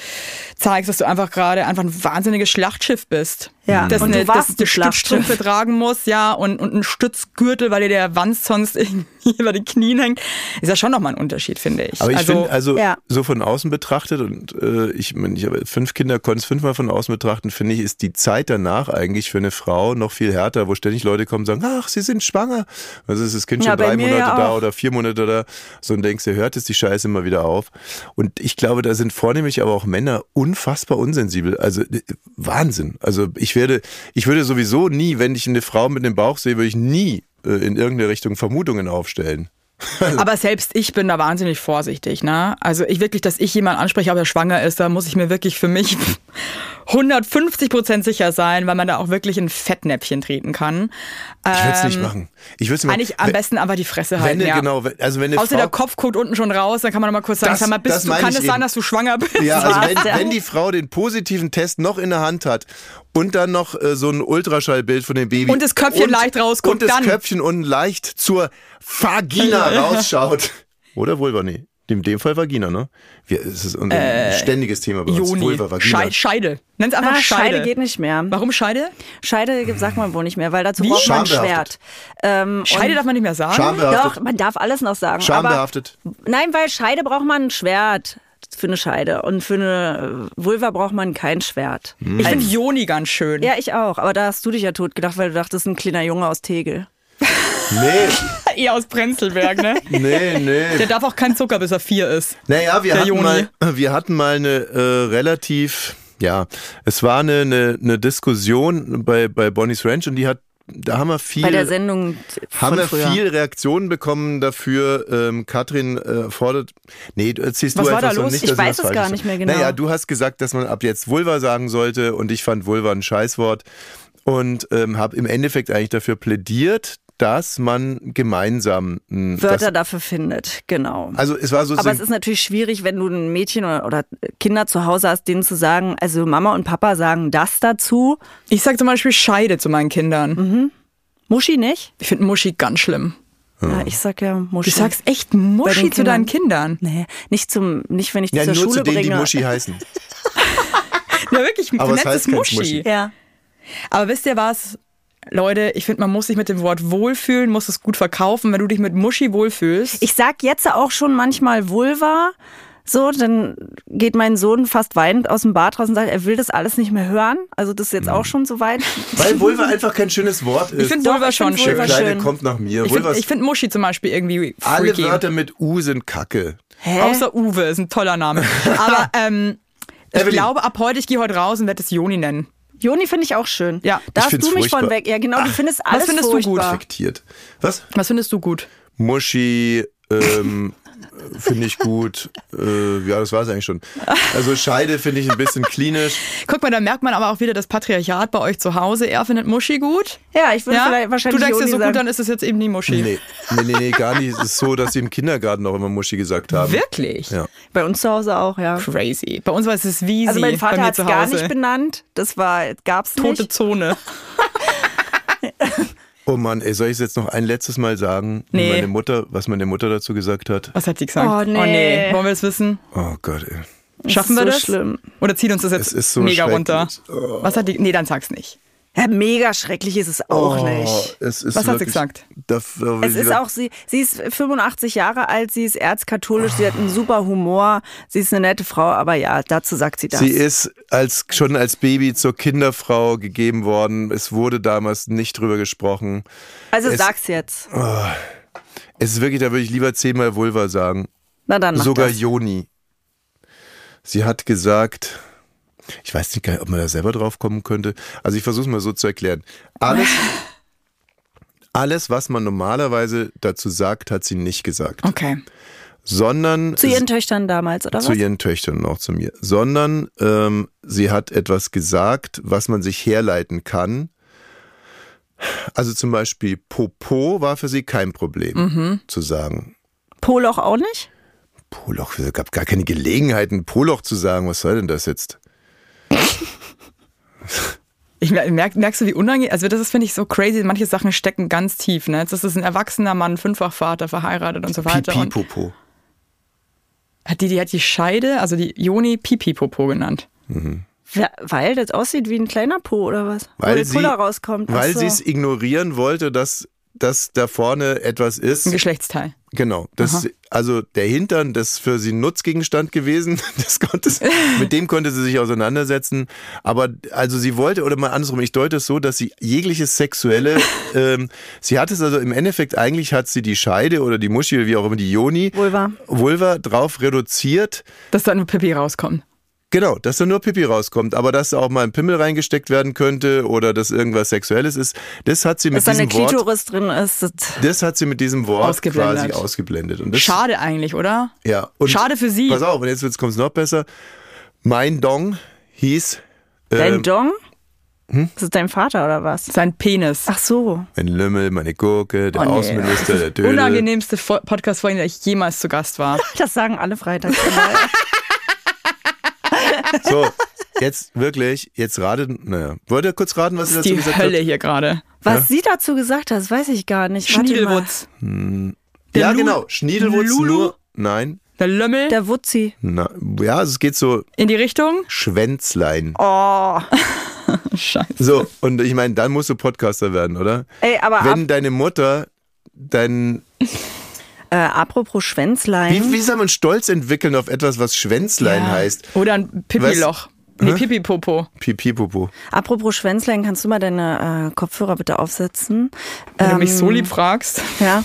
zeigst, dass du einfach gerade einfach ein wahnsinniges Schlachtschiff bist.
Ja,
Das
und
eine,
du
das
warst ein
eine
Schlachtschiff.
Stützstrümpfe tragen musst, ja, und, und einen Stützgürtel, weil dir der Wanst sonst <laughs> irgendwie über die Knien hängt. Ist ja schon nochmal ein Unterschied, finde ich.
Aber ich
also,
finde, also
ja.
so von außen betrachtet, und äh, ich meine, ich habe fünf Kinder, konnte es fünfmal von außen betrachten, finde ich, ist die Zeit danach eigentlich für eine Frau noch viel härter, wo ständig Leute kommen und sagen, ach, sie sind schwanger. Also ist das Kind schon
Ja, bei
drei
mir
Monate
ja
da
auch.
oder vier Monate da. So und denkst, ihr hört es die Scheiße immer wieder auf. Und ich glaube, da sind vornehmlich aber auch Männer unfassbar unsensibel. Also äh, Wahnsinn. Also ich werde, ich würde sowieso nie, wenn ich eine Frau mit einem Bauch sehe, würde ich nie äh, in irgendeine Richtung Vermutungen aufstellen.
Aber selbst ich bin da wahnsinnig vorsichtig, ne? Also ich wirklich, dass ich jemanden anspreche, ob er schwanger ist, da muss ich mir wirklich für mich <laughs> 150 Prozent sicher sein, weil man da auch wirklich in Fettnäpfchen treten kann.
Ich würde es
Ähm,
nicht machen. Ich würde es
Eigentlich am besten einfach die Fresse halten.
Wenn,
ja.
genau, wenn- also wenn eine
Außer
Frau,
der Kopf guckt unten schon raus, dann kann man noch mal kurz sagen,
Das-
sag mal,
das
bist du,
meine
kann
ich
es sein,
eben.
dass du schwanger bist? Ah,
Ja, also
<laughs>
war's
wenn,
dann.
wenn die Frau den positiven Test noch in der Hand hat und dann noch äh, so ein Ultraschallbild von dem Baby
Und das Köpfchen leicht rausguckt,
und das
dann.
Köpfchen unten leicht zur
<laughs>
Vagina rausschaut oder Vulva nee. In dem Fall Vagina, ne? Wir, es ist ein
Äh,
ständiges Thema bei uns.
Joni.
Vulva, Vagina.
Schei Scheide. Nenn's einfach
Ah,
Scheide.
Scheide geht nicht mehr.
Warum Scheide?
Scheide sagt man wohl nicht mehr, weil dazu braucht man ein Schwert.
Schambehaftet.
Ähm,
Scheide darf man nicht mehr sagen.
Schambehaftet.
Doch, man darf alles noch sagen.
Schambehaftet.
Aber, nein, weil Scheide braucht man ein Schwert für eine Scheide und für eine äh, Vulva braucht man kein Schwert.
Mhm.
Ich finde Joni ganz schön.
Ja, ich auch. Aber da hast du dich ja tot gedacht, weil du dachtest, ein kleiner Junge aus Tegel.
Nee,
Eher eh aus Prenzlberg, ne?
nee, nee.
<laughs> Der darf auch keinen Zucker, bis er vier ist.
Naja, wir
Der
hatten,
Joni.
mal, wir hatten mal eine äh, relativ, ja, es war eine, eine, eine Diskussion bei, bei Bonnie's Ranch und die hat, da haben wir viel,
Bei der Sendung
haben
von
wir
früher.
viel Reaktionen bekommen dafür. Ähm, Katrin äh, fordert, nee, du erzählst
Was
du
war
einfach
da
so
los?
nicht,
Ich
dass
weiß
was
es gar
Falsches-
nicht mehr genau.
Naja, du hast gesagt, dass man ab jetzt Vulva sagen sollte und ich fand Vulva ein Scheißwort und ähm, habe im Endeffekt eigentlich dafür plädiert, dass man gemeinsam mh,
Wörter
das,
dafür findet, genau.
also es war so
Aber es ist natürlich schwierig, wenn du ein Mädchen oder, oder Kinder zu Hause hast, denen zu sagen, also Mama und Papa sagen das dazu.
Ich sag zum Beispiel Scheide zu meinen Kindern.
Muschi nicht?
Ich finde Muschi ganz schlimm.
Ja, ich sag ja Muschi.
Du sagst echt
Bei
Muschi
den
zu deinen Kindern.
Nee, nicht zum, nicht wenn ich die
ja,
zur
nur
Schule
zu denen,
bringe.
die Muschi heißen.
Ja, wirklich, du
Aber es
nennst
heißt
es
kein
Muschi.
Muschi.
Ja.
Aber wisst ihr was? Leute, ich finde, man muss sich mit dem Wort wohlfühlen, muss es gut verkaufen. Wenn du dich mit Muschi wohlfühlst,
Ich sag jetzt auch schon manchmal Vulva. So, dann geht mein Sohn fast weinend aus dem Bad raus und sagt, er will das alles nicht mehr hören. Also das ist jetzt auch schon so weit.
<laughs>
Weil Vulva einfach kein schönes Wort ist.
ich finde
<laughs> doch,
Vulva
ich find
schon
Der
Vulva
schön.
Kleine
schön.
kommt nach mir.
Ich
Vulva
finde
ist-
find Muschi zum Beispiel irgendwie
alle
freaky.
Wörter mit U sind Kacke.
Hä?
Außer Uwe, ist ein toller <laughs> Name. Aber ähm, ich
Evelyn.
glaube, ab heute, ich gehe heute raus und werde es Joni nennen.
Joni finde ich auch schön.
Ja.
da
Ich
hast
find's
du mich
furchtbar.
von weg. Ja, genau, du findest alles
findest du gut?
furchtbar.
Affektiert. Was?
Was findest du gut?
Muschi, ähm, finde ich gut. Äh, ja, das war es eigentlich schon. Also Scheide finde ich ein bisschen klinisch.
Guck mal, da merkt man aber auch wieder das Patriarchat bei euch zu Hause. Er findet Muschi gut.
Ja, ich würde vielleicht
du
wahrscheinlich
denkst dir
Joni
so
sagen.
gut, dann ist es jetzt eben die Muschi.
Nee, nee, nee, nee gar nicht. Es ist so, dass sie im Kindergarten auch immer Muschi gesagt haben.
Wirklich?
Ja.
Bei uns zu Hause auch, ja.
Crazy. Bei uns war es das Wiesi.
Also mein
bei
Vater
mir
hat
zu
es gar
Hause.
nicht benannt. Das war, gab's
Tote
nicht.
Zone.
Oh Mann, ey, soll ich es jetzt noch ein letztes Mal sagen, wie
Nee.
meine Mutter, was meine Mutter dazu gesagt hat?
Was hat sie gesagt?
Oh, nee.
oh nee. Wollen wir das wissen?
Oh Gott, ey.
Schaffen
ist
wir
so
das?
schlimm.
Oder zieht uns das jetzt
Es ist so
mega runter?
schrecklich. Oh.
Was hat die? Nee, dann sag's nicht.
Ja, mega schrecklich ist es auch
Oh,
nicht.
es ist
Was hat sie
wirklich- äh,
gesagt?
Da, da,
Es ist auch, sie, sie ist 85 Jahre alt, sie ist erzkatholisch, sie hat
Ah.
einen super Humor, sie ist eine nette Frau, aber ja, dazu sagt sie das.
Sie ist als, schon als Baby zur Kinderfrau gegeben worden. Es wurde damals nicht drüber gesprochen.
also
es- Ah,
sag's jetzt.
Es ist wirklich, da würde ich lieber zehnmal Vulva sagen.
Na dann mach
Sogar
das.
Joni. Sie hat gesagt, ich weiß nicht, ob man da selber drauf kommen könnte. Also ich versuche es mal so zu erklären. Alles,
<laughs>
alles, was man normalerweise dazu sagt, hat sie nicht gesagt,
Okay.
sondern
Zu ihren Töchtern damals, oder
zu
was?
ihren Töchtern und auch zu mir, sondern ähm, sie hat etwas gesagt, was man sich herleiten kann. Also zum Beispiel Popo war für sie kein Problem
Mhm.
zu sagen.
Poloch auch nicht?
Poloch, es gab gar keine Gelegenheit, ein Poloch zu sagen. Was soll denn das jetzt?
Ich mer- merk, merkst du, wie unangenehm, also das ist, finde ich, so crazy. Manche Sachen stecken ganz tief, ne? Jetzt ist es ein erwachsener Mann, fünffach Vater, verheiratet und so weiter.
Pipi
Und
Popo.
hat die, die hat die Scheide, also die Joni Pipipopo genannt.
Ja, Weil das aussieht wie ein kleiner Po, oder was? Wo
Weil
der
sie,
Puller rauskommt. Ach
weil
so.
sie es ignorieren wollte, dass, dass da vorne etwas ist.
Ein Geschlechtsteil.
Genau. Das, also der Hintern, das ist für sie ein Nutzgegenstand gewesen, <laughs> das konnte
<laughs>
sie, mit dem konnte sie sich auseinandersetzen. Aber also sie wollte, oder mal andersrum, ich deute es so, dass sie
<laughs>
jegliches Sexuelle, ähm, sie hat es also im Endeffekt, eigentlich hat sie die Scheide oder die Muschi oder wie auch immer, die Joni,
Vulva.
Vulva drauf reduziert,
Dass da nur Pipi rauskommt.
Genau, dass da nur Pipi rauskommt, aber dass da auch mal ein Pimmel reingesteckt werden könnte oder dass irgendwas Sexuelles ist, das hat sie mit
Dass da eine
diesem Wort,
Klitoris drin ist. Das
das hat sie mit diesem Wort
Ausgeblendet.
quasi ausgeblendet. Und das,
Schade eigentlich, oder?
Ja. Und
Schade für sie.
Pass auf, und jetzt kommt es noch besser. Mein Dong hieß
dein
ähm, hm?
Dong? Das ist dein Vater, oder was?
Sein Penis.
Äh.
Ach so. <laughs>
mein Lümmel, meine Gurke, der
Oh nee.
Außenminister, der Dödel.
Unangenehmste Fo- Podcast-Folge, in der ich jemals zu Gast war.
Das sagen alle freitags.
<laughs> So, jetzt wirklich, jetzt ratet, naja, wollt ihr kurz raten, was sie
Das ist
dazu
die
gesagt
Hölle
hat?
hier gerade.
Was sie dazu gesagt hat, das weiß ich gar nicht. Warte mal.
Schniedelwutz. Der
Ja,
Lu-
genau, Schniedelwurz
Lulu?
nur, nein,
Der Lömmel
Der Wutzi.
na, ja, also es geht so
in die Richtung.
Schwänzlein.
Oh.
Scheiße.
So, und ich meine, dann musst du Podcaster werden, oder?
Ey,
Ah,
aber ab,
Wenn deine Mutter dein.
äh, apropos Schwänzlein.
Ähm.
Wie, wie soll man Stolz entwickeln auf etwas, was Schwänzlein heißt?
Oder ein Pipi-Loch. Nee, Pipi-Popo.
Pipipopo.
Apropos Schwänzlein, kannst du mal deine äh, Kopfhörer bitte aufsetzen?
Wenn du mich so lieb fragst.
Ja.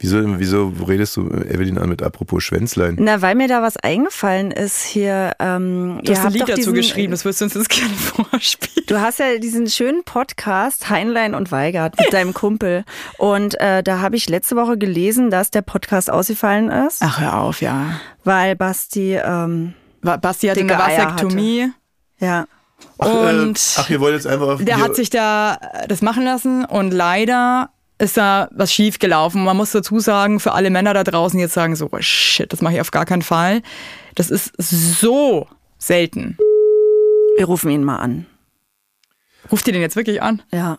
Wieso, wieso redest du äh, Evelyn an mit apropos Schwänzlein?
Na, weil mir da was eingefallen ist hier. Ähm,
Du hast
ihr
ein
habt
Lied
doch
dazu
diesen,
geschrieben, das würdest du uns jetzt <laughs> gerne vorspielen.
Du hast ja diesen schönen Podcast Heinlein und Weigart mit deinem Kumpel. Und äh, da habe ich letzte Woche gelesen, dass der Podcast ausgefallen ist,
Ach, hör auf, ja.
weil Basti, ähm,
Ba- Basti hatte
Dicke
eine
Eier
Vasektomie
ja,
und
ach, ihr wollt jetzt einfach auf.
der
ihr-
hat sich da äh, das machen lassen und leider ist da was schief gelaufen. Man muss dazu sagen, für alle Männer da draußen die jetzt sagen so, oh shit, das mache ich auf gar keinen Fall. Das ist so selten.
wir rufen ihn mal an.
Ruft ihr den jetzt wirklich an?
Ja,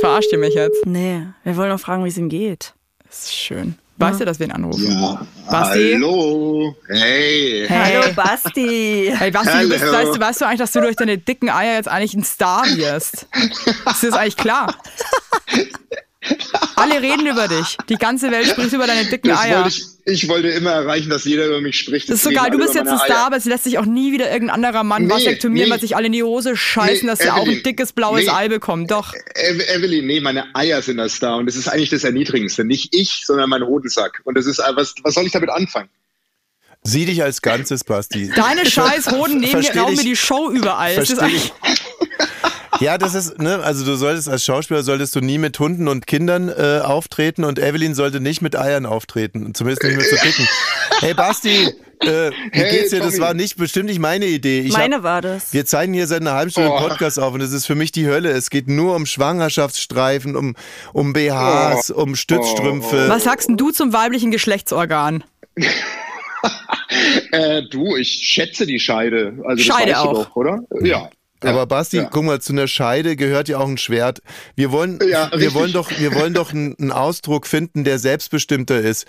Verarscht ihr mich jetzt?
nee, wir wollen noch fragen, wie es ihm geht.
Das ist schön. Weißt du, dass wir ihn anrufen?
Ja.
Basti?
Hallo. Hey.
Hey.
Hallo Basti.
Ey, Basti, du bist,
Hallo.
weißt, du, weißt du eigentlich, dass du durch deine dicken Eier jetzt eigentlich ein Star wirst? Ist das eigentlich klar? Alle reden über dich. Die ganze Welt spricht über deine dicken
Das
Eier.
wollte ich, ich wollte immer erreichen, dass jeder über mich spricht.
Das ist so
Deswegen
geil. Du
alle
bist
über
jetzt ein
meine
Star,
Eier.
aber es lässt sich auch nie wieder irgendein anderer Mann
Nee,
vasektomieren,
nee.
weil sich alle in die Hose scheißen,
Nee,
dass sie auch ein
Evelyn,
dickes blaues
nee.
Ei bekommen. Doch.
Ev Evelyn, nee, meine Eier sind das da und das ist eigentlich das Erniedrigendste. Nicht ich, sondern mein Hodensack. Und das ist, äh, was, was soll ich damit anfangen?
Sieh dich als Ganzes, Basti. <laughs>
Deine scheiß Hoden nehmen
Versteh
rauben
dich.
mir die Show überall. Das ist
Versteh
eigentlich-
ich. Ja, das ist, ne, also du solltest als Schauspieler solltest du nie mit Hunden und Kindern äh, auftreten und Evelyn sollte nicht mit Eiern auftreten, zumindest nicht mit so dicken. Hey Basti, äh, wie
Hey,
geht's dir? Das
Tommy.
war nicht bestimmt nicht meine Idee. Ich
Meine
hab-
war das.
Wir zeigen hier seit einer halben Stunde einen
Oh.
Podcast auf und es ist für mich die Hölle. Es geht nur um Schwangerschaftsstreifen, um, um BHs,
Oh.
um Stützstrümpfe.
Was sagst denn du zum weiblichen Geschlechtsorgan?
Äh, du, ich schätze die Scheide. Also
Scheide
das weißt Du
auch.
doch, oder? Ja. ja.
Aber Basti,
ja.
guck mal, zu einer Scheide gehört ja auch ein Schwert. Wir wollen,
Ja,
wir
richtig.
wollen doch, wir wollen doch einen einen Ausdruck finden, der selbstbestimmter ist.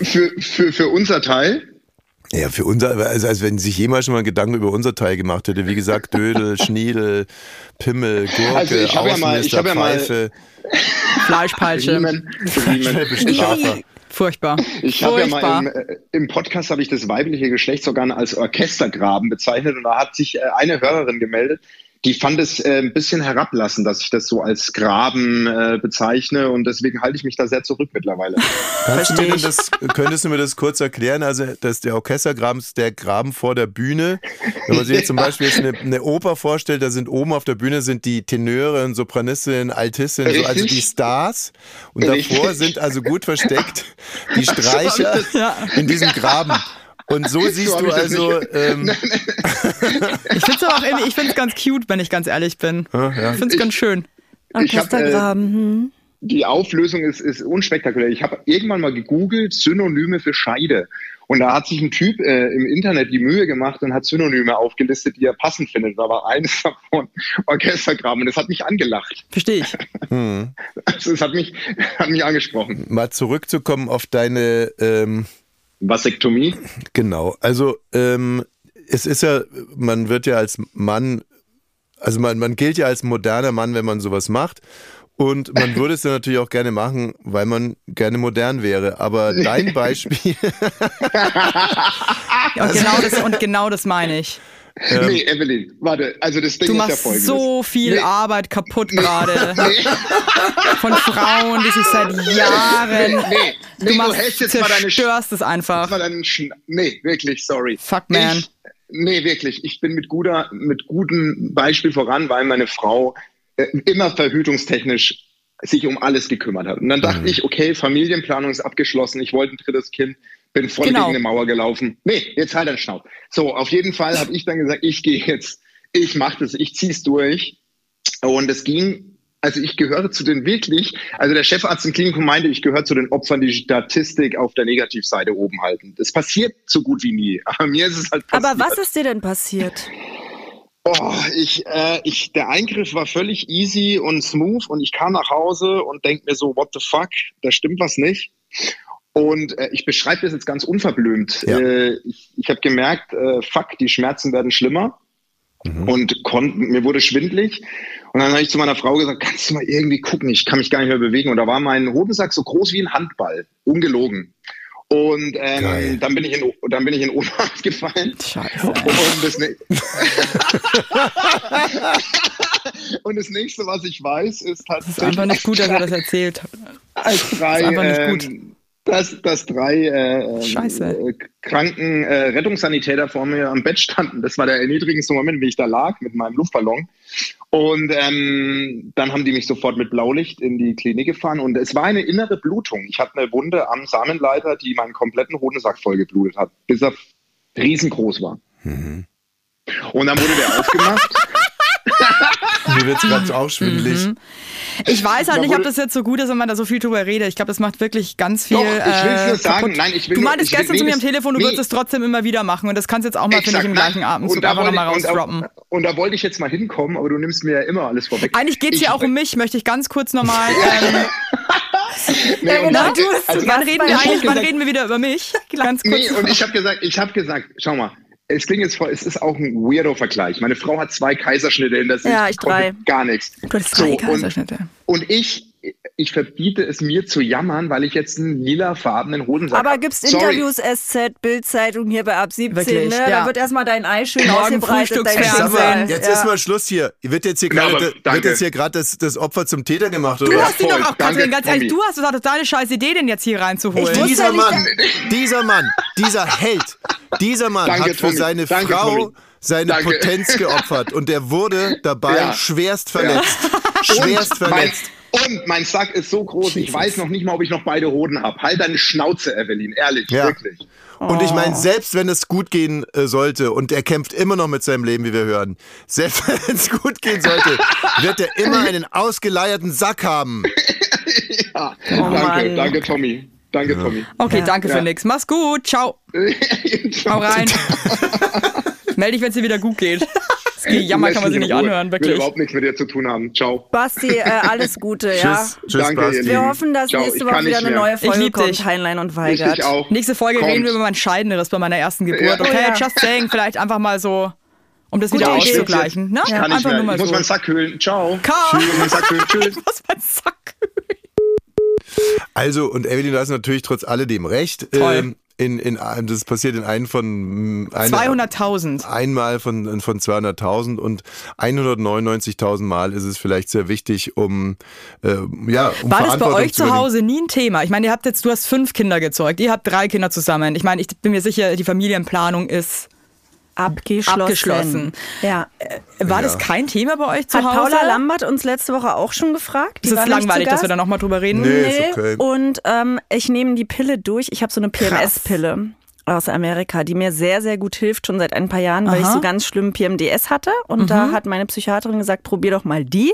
Für, für, für unser Teil
Ja, für unser, also als wenn sich jemand schon mal Gedanken über unser Teil gemacht hätte. Wie gesagt, Dödel, <laughs> Schniedel, Pimmel, Gurke,
Also ich hab ja mal- ich
Außenminister,
hab ja mal-
Pfeife.
Fleischpeitsche.
Riemen, Riemen. Ich habe
Strafe.
Furchtbar.
ich hab ja
Furchtbar.
mal im, äh, im Podcast habe ich das weibliche Geschlechtsorgan als Orchestergraben bezeichnet und da hat sich äh, eine Hörerin gemeldet, die fand es äh, ein bisschen herablassend, dass ich das so als Graben äh, bezeichne und deswegen halte ich mich da sehr zurück mittlerweile.
Kannst du
Versteh
mir denn das, könntest du mir das kurz erklären? Also, dass der Orchestergraben ist der Graben vor der Bühne. Wenn man sich
<laughs>
jetzt zum Beispiel jetzt eine, eine Oper vorstellt, da sind oben auf der Bühne sind die Tenöre und Sopranistinnen, Altistinnen, so, also die
Richtig.
Stars. Und davor
Richtig.
sind also gut versteckt die Streicher
Ja.
in diesem Graben. Und so siehst
hab
du
ich das
also,
nicht- <laughs>
ähm,
Ich find's aber auch irgendwie, ich find's ganz cute, wenn ich ganz ehrlich bin.
Ah,
Ich find's ganz schön.
Ich hab, äh,
Orchestergraben. hm.
die Auflösung ist, ist unspektakulär. Ich habe irgendwann mal gegoogelt, Synonyme für Scheide. Und da hat sich ein Typ äh, im Internet die Mühe gemacht und hat Synonyme aufgelistet, die er passend findet. Da war eines <laughs> davon Orchestergraben. Und das hat mich angelacht.
Verstehe ich.
Also, es hat mich, <laughs> hat mich angesprochen.
mal zurückzukommen auf deine, ähm,
Vasektomie?
Genau. Also ähm, es ist ja, man wird ja als Mann, also man, man gilt ja als moderner Mann, wenn man sowas macht. Und man würde es ja natürlich auch gerne machen, weil man gerne modern wäre. Aber dein Beispiel, <laughs>
Also-
Und genau das, und genau das meine ich.
nee, Evelyn, warte. Also das Ding
Ähm, Du
ist ja
machst
folgendes.
so viel
Nee.
Arbeit kaputt gerade. Von Frauen, die sich seit Jahren.
<laughs> Nee, nee,
Du,
nee, du
machst,
hältst jetzt mal deine Sch-
zerstörst es einfach.
Mal deinen Schn nee, wirklich, sorry.
Fuck, man.
Ich, nee, wirklich. Ich bin mit, guter, mit gutem Beispiel voran, weil meine Frau äh, immer verhütungstechnisch sich um alles gekümmert hat. Und dann
Mhm.
dachte ich, okay, Familienplanung ist abgeschlossen, ich wollte ein drittes Kind, bin voll
Genau.
gegen eine Mauer gelaufen. Nee, jetzt halt dein Schnauz. So, auf jeden Fall habe ich dann gesagt, ich gehe jetzt, ich mache das, ich zieh's durch. Und es ging, also ich gehöre zu den wirklich, also der Chefarzt im Klinikum meinte, ich gehöre zu den Opfern, die die Statistik auf der Negativseite oben halten. Das passiert so gut wie nie. Aber mir ist es halt passiert.
Aber was ist dir denn passiert?
Oh, ich, äh, ich, der Eingriff war völlig easy und smooth und ich kam nach Hause und denk mir so, what the fuck, da stimmt was nicht. Und äh, ich beschreibe das jetzt ganz unverblümt.
Ja.
Äh, ich ich habe gemerkt, äh, fuck, die Schmerzen werden schlimmer
Mhm.
und kon mir wurde schwindlig. Und dann habe ich zu meiner Frau gesagt, kannst du mal irgendwie gucken, ich kann mich gar nicht mehr bewegen. Und da war mein Hodensack so groß wie ein Handball, ungelogen. Und
Geil.
ähm, dann, bin ich in, O- dann bin ich in Ohnmacht <laughs> gefallen.
Scheiße. ey.
Und um das,
<laughs>
nä- <laughs> und das nächste, was ich weiß, ist
Es ist einfach
tatsächlich,
nicht gut, dass er das erzählt.
dass drei,
ist einfach nicht
ähm, dass, dass drei äh, ähm,
Scheiße.
äh, kranken äh, Rettungssanitäter vor mir am Bett standen. Das war der erniedrigendste Moment, wie ich da lag mit meinem Luftballon. Und ähm, dann haben die mich sofort mit Blaulicht in die Klinik gefahren. Und es war eine innere Blutung. Ich hatte eine Wunde am Samenleiter, die meinen kompletten Hodensack vollgeblutet hat, bis er riesengroß war.
Mhm.
Und dann wurde der aufgemacht.
<laughs>
mir wird's gerade auch schwindelig.
Ich weiß halt
Da
nicht, ob
wurde-
das jetzt so gut ist, wenn man da so viel drüber redet. Ich glaube, das macht wirklich ganz viel.
Doch, ich will's
äh,
nur sagen.
kaputt.
Nein, ich will
du
nur-
meintest
ich will-
gestern zu
nee,
mir am
das-
Telefon, du
nee.
würdest es trotzdem immer wieder machen. Und das kannst du jetzt auch mal, finde ich, im
nein.
gleichen Atemzug
Und da
einfach
wollte-
nochmal
und da-
rausdroppen.
Und da wollte ich jetzt mal hinkommen, aber du nimmst mir ja immer alles vorweg.
Eigentlich geht es
Ich- <laughs>
ja auch um mich, möchte ich ganz kurz nochmal. Ähm,
Nee,
Ja,
und
genau.
ich-
Du hast
genau. also-
Wann reden, wir
Ich hab
eigentlich, wann
gesagt-
reden wir wieder über
<laughs>
mich? Ganz kurz.
Nee, und ich habe gesagt, ich habe gesagt, schau mal, es klingt jetzt voll, es ist auch ein Weirdo-Vergleich. Meine Frau hat zwei Kaiserschnitte hinter sich.
Ja, ich
konnte
drei.
Gar nichts.
du hast
So,
zwei
und-
Kaiserschnitte.
Und ich, ich verbiete es mir zu jammern, weil ich jetzt einen lilafarbenen Hosensack
Aber
hab.
gibt's
Sorry.
Interviews, SZ, Bildzeitung hier bei ab 17,
Wirklich,
ne?
ja.
Da wird erstmal dein Ei schön
Morgen
ausgebreitet, dein
Ey, sag
Fernsehen.
mal,
Schicksal.
jetzt
ja.
ist mal Schluss hier. Wird jetzt hier
Ja, aber
gerade wird
danke.
jetzt hier gerade das, das Opfer zum Täter gemacht, oder?
Du
Ja,
hast ihn
voll.
doch auch,
Danke,
Katrin, ganz ehrlich,
Tommy.
du hast es doch deine scheiß Idee, den jetzt hier reinzuholen.
Ich wusste
dieser
ja nicht,
Mann, dieser Mann, dieser Held, dieser Mann
Danke,
hat für
Tommy.
seine
Danke,
Frau
Tommy.
seine
Danke.
Potenz geopfert und er wurde dabei
Ja.
schwerst
<laughs>
verletzt. Schwerst
Mein,
verletzt.
und mein Sack ist so groß, ich weiß noch nicht mal, ob ich noch beide Hoden habe. Halt deine Schnauze, Evelyn, ehrlich,
Ja.
wirklich.
Und ich
Oh.
meine, selbst wenn es gut gehen äh, sollte, und er kämpft immer noch mit seinem Leben, wie wir hören, selbst <laughs> wenn es gut gehen sollte, wird er immer einen ausgeleierten Sack haben.
Ja. danke,
Oh Mann.
danke, Tommy. Danke, Tommy.
Okay, danke für nix. Mach's gut, ciao. Hau
<laughs>
rein. Melde dich, wenn es dir wieder gut geht. Das Gejammer kann man sich nicht anhören,
Will
wirklich.
überhaupt nichts mit dir zu tun haben. Ciao.
Basti, äh, alles Gute, ja.
Tschüss, tschüss,
Danke,
Basti.
ihr
Wir
Lieben.
hoffen, dass
Ciao, ich
nächste Woche
kann
wieder
nicht
eine
mehr.
neue Folge
lieb
kommt,
dich.
Heinlein und
Ich
Weigert.
dich auch.
Nächste Folge
Kommt.
reden wir über mein Scheideneres bei meiner ersten Geburt.
Ja.
Okay,
Oh ja.
just saying, vielleicht einfach mal so, um das wieder
Idee.
auszugleichen. Ne?
Kann ich
einfach
mehr.
nur mal
Ich muss
so.
meinen Sack kühlen. Ciao.
Ciao.
Ich muss meinen Sack kühlen.
<laughs>
Tschüss.
Was mein Sack.
Also, und Evelyn, du hast natürlich trotz alledem recht.
Toll.
Ähm, in, in, einem- das passiert in einem von mm, einer-
200.000.
Einmal von, von 200.000 und 199.000 Mal ist es vielleicht sehr wichtig, um, äh, ja, um
War das bei
Verantwortung
euch zu
zu übernehmen.
Hause nie ein Thema? Ich meine, ihr habt jetzt, du hast fünf Kinder gezeugt, ihr habt drei Kinder zusammen. Ich meine, ich bin mir sicher, die Familienplanung ist.
Abgeschlossen.
Abgeschlossen.
Ja.
War das kein Thema bei euch zu
Hat
Hause?
Paula Lambert uns letzte Woche auch schon gefragt. Die
ist
war
es
nicht zu
langweilig, dass wir
Gast.
da nochmal drüber reden?
Nee, ist
Nee,
okay.
und ähm, ich nehme die Pille durch. Ich habe so eine PMS-Pille aus Amerika, die mir sehr, sehr gut hilft, schon seit ein paar Jahren, weil ich so ganz schlimm PMDS hatte. Und
Mhm.
da hat meine Psychiaterin gesagt, probier doch mal die.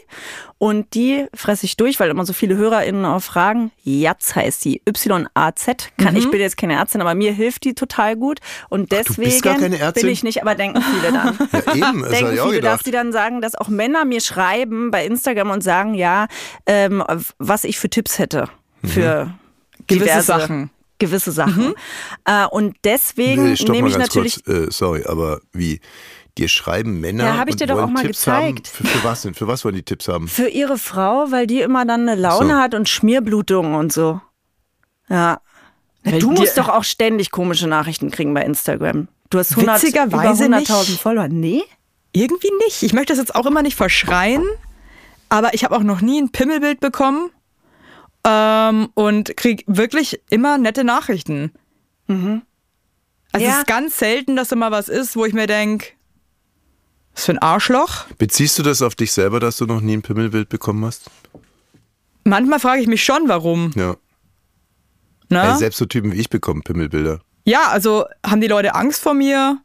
Und die fresse ich durch, weil immer so viele HörerInnen auch fragen. Jatz heißt sie. Y-A-Z. Kann, Ich bin jetzt keine Ärztin, aber mir hilft die total gut. Und
Mhm. bist
deswegen
gar keine Ärztin?
bin ich nicht, aber denken viele
<laughs>
dann.
Ja, eben, das habe
denken
ich auch
viele, dass
gedacht.
die dann sagen, dass auch Männer mir schreiben bei Instagram und sagen, ja, ähm, was ich für Tipps hätte
Mhm.
für
Gewisse
diverse,
Sachen.
Gewisse Sachen. Äh, und deswegen
Nee, stopp mal
nehme ich
ganz
natürlich.
Kurz. Äh, sorry, aber wie? Dir schreiben Männer.
Ja, hab ich
und
dir doch auch
wollen
mal
Tipps
gezeigt.
Haben. Für, für was denn? Für was wollen die Tipps haben?
Für ihre Frau, weil die immer dann eine Laune
So.
hat und Schmierblutungen und so. Ja. Na,
Weil
du
die-
musst doch auch ständig komische Nachrichten kriegen bei Instagram. Du hast 100, über
Witzigerweise nicht.
100.000 Follower. Nee?
Irgendwie nicht. Ich möchte das jetzt auch immer nicht verschreien, aber ich habe auch noch nie ein Pimmelbild bekommen ähm, und krieg wirklich immer nette Nachrichten. Also
Mhm. Ja.
es ist ganz selten, dass da mal was ist, wo ich mir denk, was für ein Arschloch.
Beziehst du das auf dich selber, dass du noch nie ein Pimmelbild bekommen hast?
Manchmal frage ich mich schon, warum.
Ja.
Ne?
Ey, selbst so Typen wie ich bekommen Pimmelbilder.
Ja, also haben die Leute Angst vor mir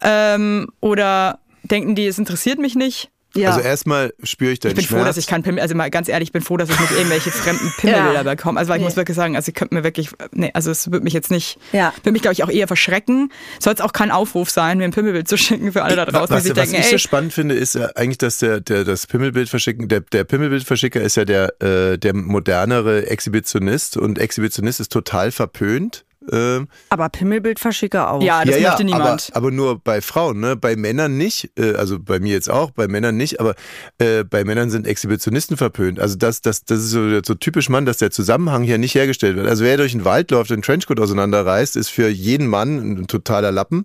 ähm, oder denken die, es interessiert mich nicht?
Ja.
Also erstmal spüre ich deinen
Ich bin
Schmerz.
froh, dass ich kein Pimmel, also mal ganz ehrlich, ich bin froh, dass ich nicht irgendwelche fremden Pimmelbilder
Ja.
bekomme. Also weil ich muss wirklich sagen, also ich könnte mir wirklich, nee, also es würde mich jetzt nicht,
Ja.
würde mich glaube ich auch eher verschrecken. Soll es auch kein Aufruf sein, mir ein Pimmelbild zu schicken für alle da draußen, die
was,
sich
was
denken,
ich
ey,
so spannend finde, ist ja eigentlich, dass der, der das Pimmelbild verschicken, der, der Pimmelbildverschicker ist ja der, äh, der modernere Exhibitionist und Exhibitionist ist total verpönt. Ähm,
aber Pimmelbildverschicker auch.
ja, Ah, das
ja,
möchte
ja,
niemand.
Aber, aber nur bei Frauen, ne? Bei Männern nicht, äh, also bei mir jetzt auch, bei Männern nicht, aber äh, bei Männern sind Exhibitionisten verpönt. Also das, das, das ist so, so typisch Mann, dass der Zusammenhang hier nicht hergestellt wird. Also wer durch den Wald läuft und einen Trenchcoat auseinanderreißt, ist für jeden Mann ein totaler Lappen.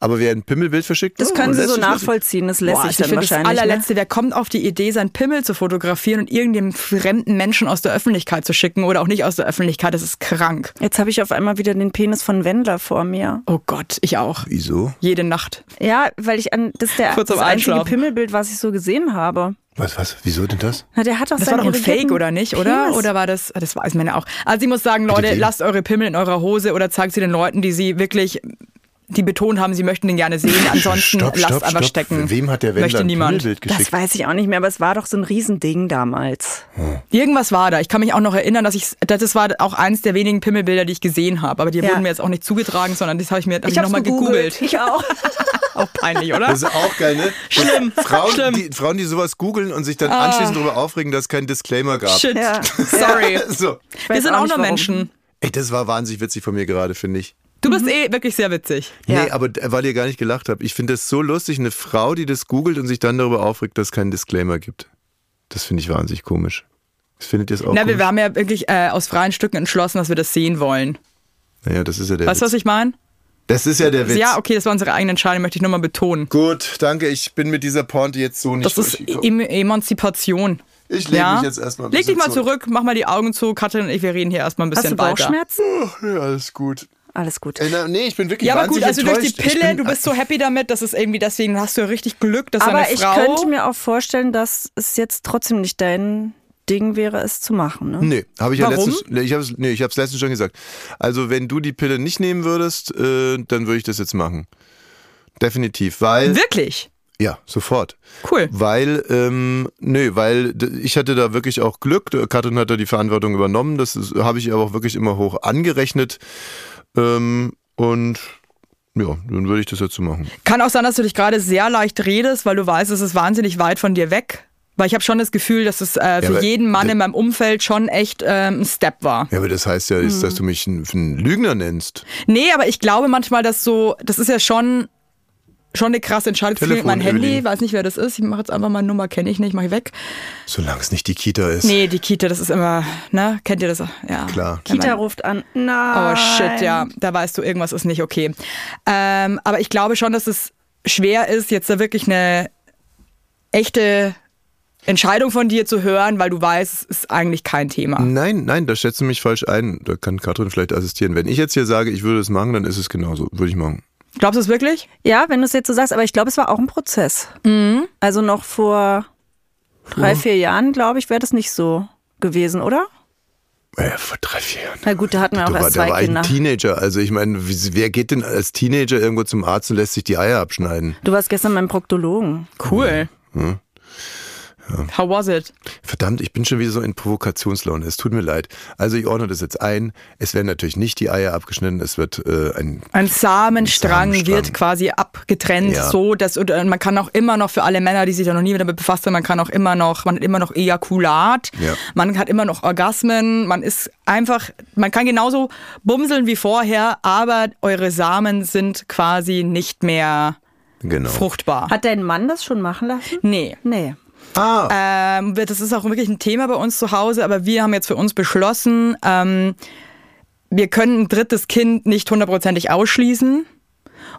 Aber wer ein Pimmelbild verschickt,
Das
oh,
können sie
lässt
so
sich-
nachvollziehen, das lässt
Boah,
sich
also ich
dann
finde das
wahrscheinlich. ne?
allerletzte, wer kommt auf die Idee, seinen Pimmel zu fotografieren und irgendeinem fremden Menschen aus der Öffentlichkeit zu schicken oder auch nicht aus der Öffentlichkeit, das ist krank.
Jetzt habe ich auf einmal wieder den Penis von Wendler vor mir.
Oh Gott, ich auch.
Wieso?
Jede Nacht.
Ja, weil ich an das ist der
Kurz
das
zum
einzige
Einschlafen.
Pimmelbild, was ich so gesehen habe.
Was, was? Wieso denn das?
Na, der hat doch
Das war doch
seinen
ein Fake,
irrigierten
oder nicht, oder?
Penis.
Oder war das, das weiß man ja auch. Also ich muss sagen, Leute,
wen?
lasst eure Pimmel in eurer Hose oder zeigt sie den Leuten, die sie wirklich, die betont haben, sie möchten den gerne sehen. Ansonsten
Stopp,
lasst
stopp,
einfach
stopp.
stecken.
Wem hat der Wendler
Möchte
ein
niemand.
Pimmelbild geschickt?
das weiß ich auch nicht mehr, aber es war doch so ein Riesending damals.
Irgendwas war da. Ich kann mich auch noch erinnern, dass ich, das war auch eins der wenigen Pimmelbilder, die ich gesehen habe. Aber die
Ja.
wurden mir jetzt auch nicht zugetragen, sondern das habe ich mir hab ich nochmal gegoogelt. <laughs>
Ich auch.
Auch peinlich, oder?
Das ist auch geil, ne? Dass
<laughs> Schlimm,
<laughs> Frauen,
schlimm. Ah.
Die, Frauen, die sowas googeln und sich dann anschließend darüber aufregen, dass es keinen Disclaimer gab. <laughs>
Shit.
Ja.
Sorry.
So.
Wir
weiß
sind
auch
auch
nicht,
nur
warum.
Menschen.
Ey, das war wahnsinnig witzig von mir gerade, finde ich.
Du bist eh wirklich sehr witzig.
Ja.
Nee, aber d- weil ihr gar nicht gelacht habt. Ich finde das so lustig, eine Frau, die das googelt und sich dann darüber aufregt, dass es keinen Disclaimer gibt. Das finde ich wahnsinnig komisch. Das findet ihr es auch
Na,
komisch?
wir haben ja wirklich äh, aus freien Stücken entschlossen, dass wir das sehen wollen.
Naja, das ist ja der
Weißt du, was
Witz.
ich meine?
Das ist ja der Witz.
Ja, okay, das war unsere eigene Entscheidung, möchte ich nochmal betonen.
Gut, danke. Ich bin mit dieser Pointe jetzt so nicht
Das ist
durchgekommen.
em Emanzipation.
Ich lehne
ja?
mich jetzt erstmal ein
Leg dich
bisschen
mal zurück, mach mal die Augen zu, Katrin und ich, wir reden hier erstmal ein bisschen
Hast du
weiter. Äh,
Bauchschmerzen?
Ja, alles gut.
Alles gut.
Ey, Äh, na, nee, ich bin wirklich
Ja, aber gut,
wahnsinnig
also durch die
enttäuscht. Ich
Pille,
bin-
du bist so happy damit, dass es irgendwie deswegen hast du ja richtig Glück, dass
Aber
deine
ich
Frau.
könnte mir auch vorstellen, dass es jetzt trotzdem nicht dein Ding wäre, es zu machen. Ne?
<laughs> Nee, habe ich ja
Warum?
letztens, nee, ich habe nee, ich hab's letztens schon gesagt. Also wenn du die Pille nicht nehmen würdest, äh, dann würde ich das jetzt machen. Definitiv, weil
Wirklich?
ja sofort,
Cool.
weil ähm, nö, weil d- ich hatte da wirklich auch Glück. Katrin hat da die Verantwortung übernommen. Das ist- habe ich ihr aber auch wirklich immer hoch angerechnet ähm, und ja, dann würde ich das jetzt so machen.
Kann auch sein, dass du dich gerade sehr leicht redest, weil du weißt, es ist wahnsinnig weit von dir weg. Weil ich habe schon das Gefühl, dass es äh, für
aber
jeden Mann
d-
in meinem Umfeld schon echt ähm, ein Step war.
Ja, aber das heißt ja, ist,
Mhm.
dass du mich einen, einen Lügner nennst.
Nee, aber ich glaube manchmal, dass so, das ist ja schon, schon eine krasse Entscheidung. Jetzt klingelt mein
Telefon,
Handy,
Öli.
weiß nicht, wer das ist. Ich mache jetzt einfach meine Nummer, kenne ich nicht, mache ich weg.
Solange es nicht die Kita ist.
Nee, die Kita, das ist immer, ne? Kennt ihr das? Ja.
Klar.
Kita ruft an. Nein.
Oh shit, ja, da weißt du, irgendwas ist nicht okay. Ähm, aber ich glaube schon, dass es schwer ist, jetzt da wirklich eine echte Entscheidung von dir zu hören, weil du weißt, es ist eigentlich kein Thema.
Nein, nein, da schätzt du mich falsch ein. Da kann Katrin vielleicht assistieren. Wenn ich jetzt hier sage, ich würde es machen, dann ist es genauso. Würde ich machen.
Glaubst du es wirklich?
Ja, wenn du es jetzt so sagst, aber ich glaube, es war auch ein Prozess. Also noch vor drei, vier Jahren, glaube ich, wäre das nicht so gewesen, oder?
Äh, vor drei, vier Jahren.
Na gut, da hatten wir
Du
auch
war,
erst
da war
zwei
ich
Kinder.
ein Teenager. Also ich meine, wie- wer geht denn als Teenager irgendwo zum Arzt und lässt sich die Eier abschneiden?
Du warst gestern beim Proktologen.
Cool. How was it?
Verdammt, ich bin schon wieder so in Provokationslaune. Es tut mir leid. Also ich ordne das jetzt ein. Es werden natürlich nicht die Eier abgeschnitten. Es wird äh, ein...
Ein Samenstrang,
Samenstrang.
wird quasi abgetrennt,
Ja.
so dass und äh, man kann auch immer noch für alle Männer, die sich da noch nie damit befasst haben, man kann auch immer noch, man hat immer noch Ejakulat,
Ja.
man hat immer noch Orgasmen, man ist einfach, man kann genauso bumseln wie vorher, aber eure Samen sind quasi nicht mehr
Genau.
fruchtbar.
Hat dein Mann das schon machen lassen?
nee.
Nee.
Ah,
Ähm, wir- das ist auch wirklich ein Thema bei uns zu Hause, aber wir haben jetzt für uns beschlossen, ähm, wir können ein drittes Kind nicht hundertprozentig ausschließen.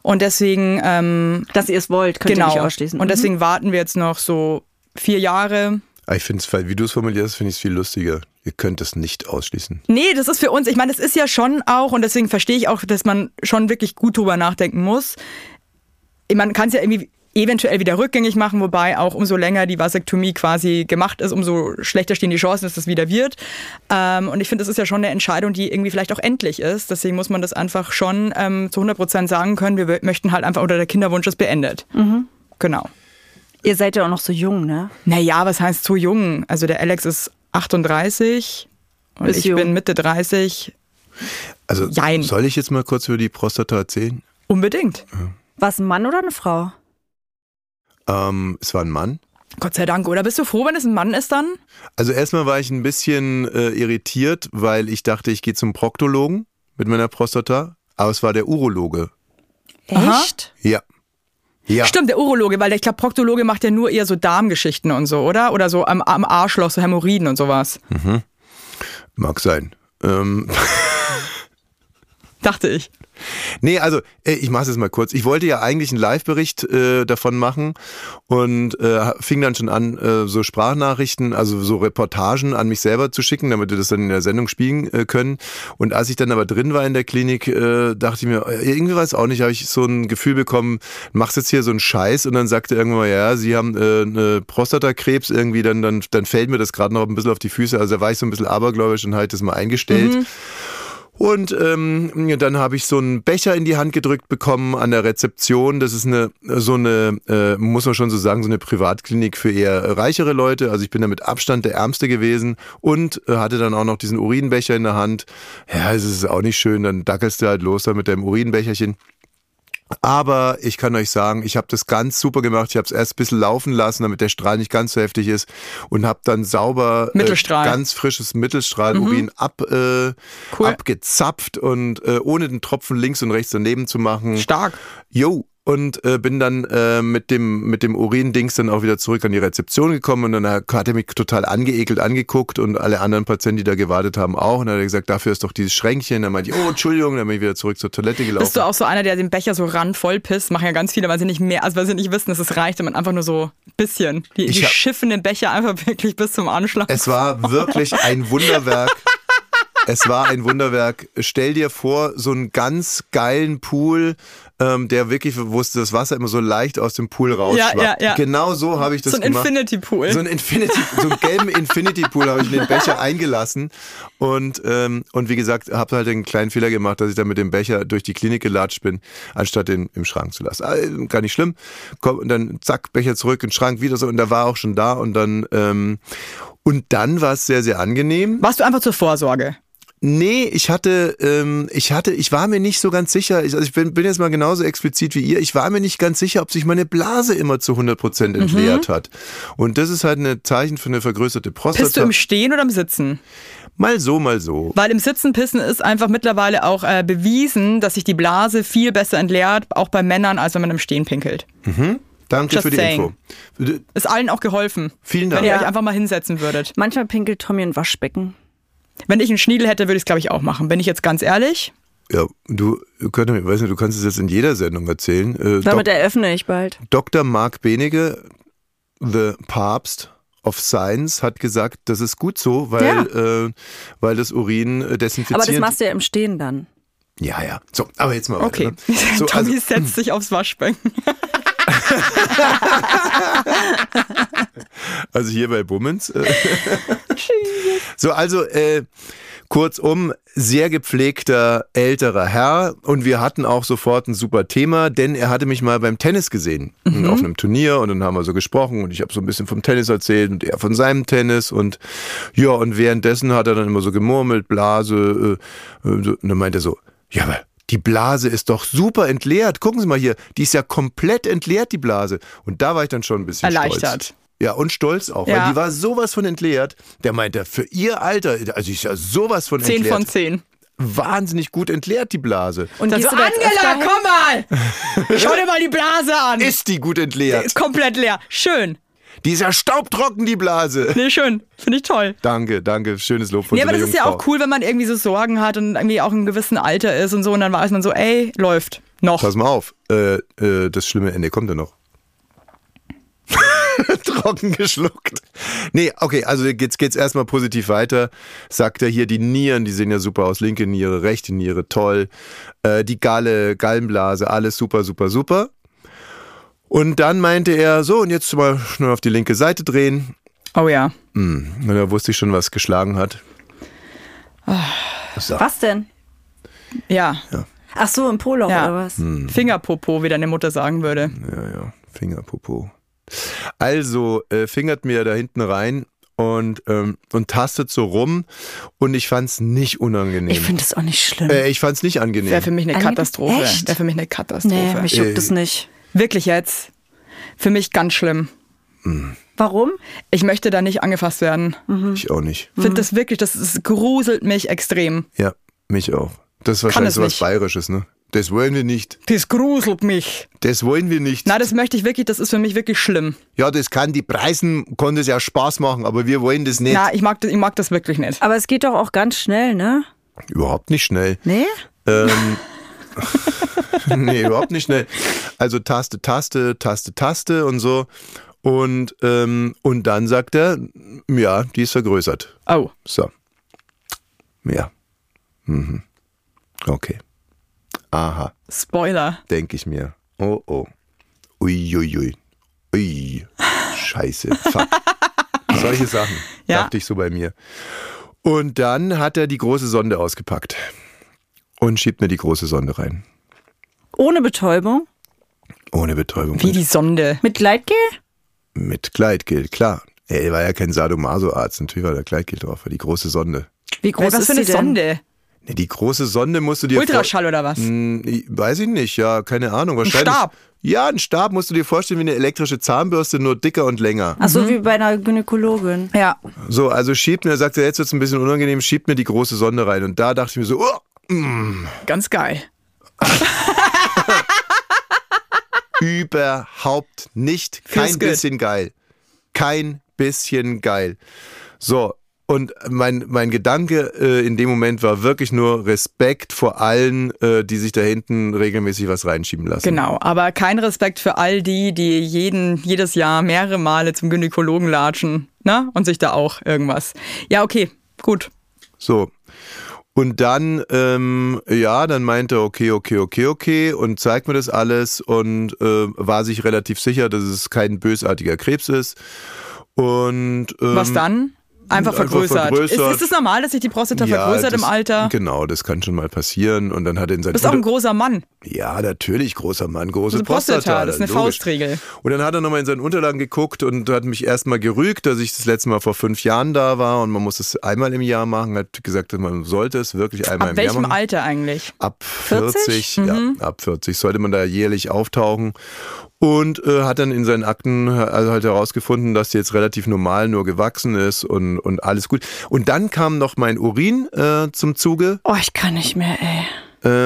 Und deswegen ähm,
Dass ihr es wollt, könnt
genau.
ihr nicht ausschließen. Mhm.
Und deswegen warten wir jetzt noch so vier Jahre.
Ah, ich finde es, wie du es formulierst, finde ich es viel lustiger. Ihr könnt es nicht ausschließen.
Nee, das ist für uns, ich meine, das ist ja schon auch, und deswegen verstehe ich auch, dass man schon wirklich gut drüber nachdenken muss. Ich meine, Man kann es ja irgendwie eventuell wieder rückgängig machen, wobei auch umso länger die Vasektomie quasi gemacht ist, umso schlechter stehen die Chancen, dass das wieder wird. Ähm, und ich finde, das ist ja schon eine Entscheidung, die irgendwie vielleicht auch endlich ist. Deswegen muss man das einfach schon ähm, zu 100 Prozent sagen können, wir möchten halt einfach, oder der Kinderwunsch ist beendet. Genau.
ihr seid ja auch noch so jung, ne?
Naja, was heißt zu jung? Also der Alex ist 38 und
Ist
ich
jung.
bin Mitte 30.
Also
Jein.
soll ich jetzt mal kurz über die Prostata erzählen?
Unbedingt.
War es ein Mann oder eine Frau?
Ähm, es war ein Mann.
Gott sei Dank. Oder bist du froh, wenn es ein Mann ist dann?
Also erstmal war ich ein bisschen äh, irritiert, weil ich dachte, ich gehe zum Proktologen mit meiner Prostata, aber es war der Urologe.
Aha.
Echt?
Ja. Ja.
Stimmt, der Urologe, weil der, ich glaube, Proktologe macht ja nur eher so Darmgeschichten und so, oder? Oder so am, am Arschloch, so Hämorrhoiden und sowas. <laughs>
Mag sein. Ähm,
Dachte ich.
nee, also äh, ich mache es jetzt mal kurz. Ich wollte ja eigentlich einen Live-Bericht äh, davon machen und äh, fing dann schon an, äh, so Sprachnachrichten, also so Reportagen an mich selber zu schicken, damit wir das dann in der Sendung spielen äh, können. Und als ich dann aber drin war in der Klinik, äh, dachte ich mir, äh, irgendwie weiß auch nicht, habe ich so ein Gefühl bekommen, machst jetzt hier so einen Scheiß und dann sagte irgendwann mal, ja, sie haben äh, eine Prostatakrebs irgendwie, dann, dann, dann fällt mir das gerade noch ein bisschen auf die Füße. Also da war ich so ein bisschen abergläubisch und halt das mal eingestellt. Und ähm, ja, dann habe ich so einen Becher in die Hand gedrückt bekommen an der Rezeption. Das ist eine so eine, äh, muss man schon so sagen, so eine Privatklinik für eher reichere Leute. Also ich bin da mit Abstand der Ärmste gewesen und äh, hatte dann auch noch diesen Urinbecher in der Hand. Ja, es ist auch nicht schön, dann dackelst du halt los da mit deinem Urinbecherchen. Aber ich kann euch sagen, ich habe das ganz super gemacht. Ich habe es erst ein bisschen laufen lassen, damit der Strahl nicht ganz so heftig ist und habe dann sauber
Mittelstrahl.
Äh, ganz frisches Mittelstrahlurin ab, äh,
Mhm. Cool.
abgezapft und äh, ohne den Tropfen links und rechts daneben zu machen.
Stark.
Jo. Und äh, bin dann äh, mit dem mit dem Urin-Dings dann auch wieder zurück an die Rezeption gekommen und dann hat er mich total angeekelt angeguckt und alle anderen Patienten, die da gewartet haben, auch. Und dann hat er gesagt, dafür ist doch dieses Schränkchen. Dann meinte ich, oh, Entschuldigung, dann bin ich wieder zurück zur Toilette gelaufen.
Bist du auch so einer, der den Becher so randvoll pisst? Machen ja ganz viele, weil sie nicht mehr, also weil sie nicht wissen, dass es reicht, wenn man einfach nur so ein bisschen. Die,
Ich
die
hab-
schiffen den Becher einfach <laughs> wirklich bis zum Anschlag.
Es war wirklich ein Wunderwerk. Es war ein Wunderwerk. Stell dir vor, so einen ganz geilen Pool, ähm, der wirklich, wo es das Wasser immer so leicht aus dem Pool rausschwappt.
ja, ja.
Genau so habe ich das
so ein
gemacht.
Infinity Pool.
So einen Infinity, so einen gelben Infinity Pool habe ich in den Becher eingelassen und ähm, und wie gesagt, habe halt den kleinen Fehler gemacht, dass ich dann mit dem Becher durch die Klinik gelatscht bin, anstatt den im Schrank zu lassen. Ah, äh, gar nicht schlimm. Komm und dann zack Becher zurück in den Schrank wieder so und da war auch schon da und dann ähm, und dann war es sehr sehr angenehm.
Warst du einfach zur Vorsorge?
Nee, ich hatte, ähm, ich hatte, ich war mir nicht so ganz sicher. Ich, also ich bin, bin jetzt mal genauso explizit wie ihr. Ich war mir nicht ganz sicher, ob sich meine Blase immer zu 100 Prozent
Mhm.
entleert hat. Und das ist halt ein Zeichen für eine vergrößerte Prostata.
Bist du im Stehen oder im Sitzen?
mal so, mal so.
Weil im Sitzen pissen ist einfach mittlerweile auch äh, bewiesen, dass sich die Blase viel besser entleert, auch bei Männern, als wenn man im Stehen pinkelt.
Danke
Just
für die
saying.
Info.
Ist allen auch geholfen. Wenn
Vielen Dank.
ihr
Ja.
euch einfach mal hinsetzen würdet.
Manchmal pinkelt Tommy ein Waschbecken.
Wenn ich einen Schniedel hätte, würde ich es, glaube ich, auch machen. Bin ich jetzt ganz ehrlich?
Ja, du, könnt, ich weiß nicht, du kannst es jetzt in jeder Sendung erzählen. Äh,
Damit
Dok-
eröffne ich bald.
Dr. Marc Benige, the Papst of Science, hat gesagt, das ist gut so, weil, äh, weil das Urin äh, desinfiziert.
Aber das machst du ja im Stehen dann.
Ja, ja. So, aber jetzt mal
Okay.
weiter.
<laughs>
ne? So,
Tommy
also,
setzt sich aufs Waschbecken.
also hier bei Bummens. äh, <laughs> so, also äh, kurzum, sehr gepflegter älterer Herr und wir hatten auch sofort ein super Thema, denn er hatte mich mal beim Tennis gesehen auf einem Turnier und dann haben wir so gesprochen und ich habe so ein bisschen vom Tennis erzählt und er von seinem Tennis und ja, und währenddessen hat er dann immer so gemurmelt, Blase, äh, äh, so, und dann meinte er so, ja, aber die Blase ist doch super entleert. Gucken Sie mal hier, die ist ja komplett entleert, die Blase. Und da war ich dann schon ein bisschen
Erleichtert.
Stolz. Ja, und stolz auch,
Ja.
weil die war sowas von entleert. Der meinte, für ihr Alter, also ich ja sowas von
Zehn
entleert.
von zehn.
Wahnsinnig gut entleert, die Blase.
Und
Dann
gehst
so,
du da jetzt öfter
Angela,
hin?
komm mal! Schau dir mal die Blase an!
Ist die gut entleert?
Ist komplett leer. Schön.
Die ist ja staubtrocken, die Blase.
Nee, schön. Finde ich toll.
Danke, danke. Schönes Lob von
Nee,
so
aber
einer
das ist ja
jungen
auch
Frau.
cool, wenn man irgendwie so Sorgen hat und irgendwie auch im gewissen Alter ist und so und dann weiß man so, ey, läuft. Noch.
Pass mal auf, äh, äh, das schlimme Ende kommt ja noch. <laughs> Trocken geschluckt. Nee, okay, also jetzt geht's erstmal positiv weiter. Sagt er hier, die Nieren, die sehen ja super aus. Linke Niere, rechte Niere, toll. Äh, die Galle, Gallenblase, alles super, super, super. Und dann meinte er, so, und jetzt mal schnell auf die linke Seite drehen.
Oh ja.
Und da wusste ich schon, was geschlagen hat. So.
Was denn?
Ja.
Ach so, im Poloch
Ja.
oder was?
Hm. Fingerpopo, wie deine Mutter sagen würde.
Ja, ja, Fingerpopo. Also äh, fingert mir da hinten rein und, ähm, und tastet so rum und ich fand's nicht unangenehm.
Ich finde das auch nicht schlimm.
äh, ich fand's nicht angenehm.
Wäre für mich eine
Anita,
Katastrophe.
echt?
Wäre für mich eine Katastrophe.
nee, mich
äh,
juckt das nicht.
Wirklich jetzt. Für mich ganz schlimm.
Warum?
Ich möchte da nicht angefasst werden.
Mhm.
ich auch nicht.
Ich finde das wirklich, das, das gruselt mich extrem.
Ja, mich auch. Das ist
Kann
wahrscheinlich
es
sowas
nicht.
Bayerisches, ne? Das wollen wir nicht.
Das gruselt mich.
Das wollen wir nicht.
Na, das möchte ich wirklich, das ist für mich wirklich schlimm.
ja, das kann die Preisen, konnte es ja Spaß machen, aber wir wollen das nicht.
Na, ich mag das, ich mag das wirklich nicht.
Aber es geht doch auch ganz schnell, ne?
Überhaupt
<laughs>
nicht schnell.
Nee?
Ähm, nee, überhaupt nicht schnell. Also Taste, Taste, Taste, Taste und so. Und, ähm, und dann sagt er, ja, die ist vergrößert.
Oh.
So. Ja. Mhm. Okay. Aha,
Spoiler.
denke ich mir. Oh, oh. Uiuiui. Ui, ui. Scheiße.
<laughs>
Fuck. Solche Sachen
Ja.
dachte ich so bei mir. Und dann hat er die große Sonde ausgepackt und schiebt mir die große Sonde rein.
Ohne Betäubung?
Ohne Betäubung.
Wie die Sonde.
Mit Gleitgel?
Mit Kleidgeld, klar. Er war ja kein Sadomaso-Arzt, natürlich war da Kleidgeld drauf, war die große Sonde.
Wie groß
Was
ist
für eine
sie denn?
Sonde?
Nee, die große Sonde musst du dir
Ultraschall oder was?
Hm, ich- Weiß ich nicht, ja, keine Ahnung. Wahrscheinlich.
Stab.
Ja, ein Stab musst du dir vorstellen wie eine elektrische Zahnbürste, nur dicker und länger.
Ach so, wie bei einer Gynäkologin.
Mhm. Ja.
So, also schiebt mir, sagt er, jetzt wird's ein bisschen unangenehm, schiebt mir die große Sonde rein. Und da dachte ich mir so, oh,
Ganz geil.
überhaupt nicht.
Feels
Kein
good.
bisschen geil. Kein bisschen geil. So, und mein, mein Gedanke äh, in dem Moment war wirklich nur Respekt vor allen, äh, die sich da hinten regelmäßig was reinschieben lassen.
Genau, aber kein Respekt für all die, die jeden, jedes Jahr mehrere Male zum Gynäkologen latschen, ne? Und sich da auch irgendwas. Ja, okay, gut.
So. Und dann, ähm, ja, dann meinte er, okay, okay, okay, okay, und zeigt mir das alles und äh, war sich relativ sicher, dass es kein bösartiger Krebs ist. Und ähm,
Was dann? Einfach
einfach
vergrößert.
vergrößert.
Ist, ist es normal, dass sich die Prostata
ja,
vergrößert
das,
im Alter? Du
Genau, das kann schon mal passieren. Und dann hat er in sein
bist auch ein großer Mann.
Ja, natürlich, großer Mann, große
Also Prostata,
Prostata.
das ist eine
logisch.
Faustregel.
Und dann hat er nochmal in seinen Unterlagen geguckt und hat mich erstmal gerügt, dass ich das letzte Mal vor fünf Jahren da war und man muss es einmal im Jahr machen. Hat gesagt, man sollte es wirklich einmal
Ab
im Jahr
welchem
machen.
Alter eigentlich?
Ab 40,
Mhm.
ja, ab 40 sollte man da jährlich auftauchen. Und äh, hat dann in seinen Akten also halt herausgefunden, dass die jetzt relativ normal nur gewachsen ist und, und alles gut. Und dann kam noch mein Urin äh, zum Zuge.
Oh, ich kann nicht mehr, ey.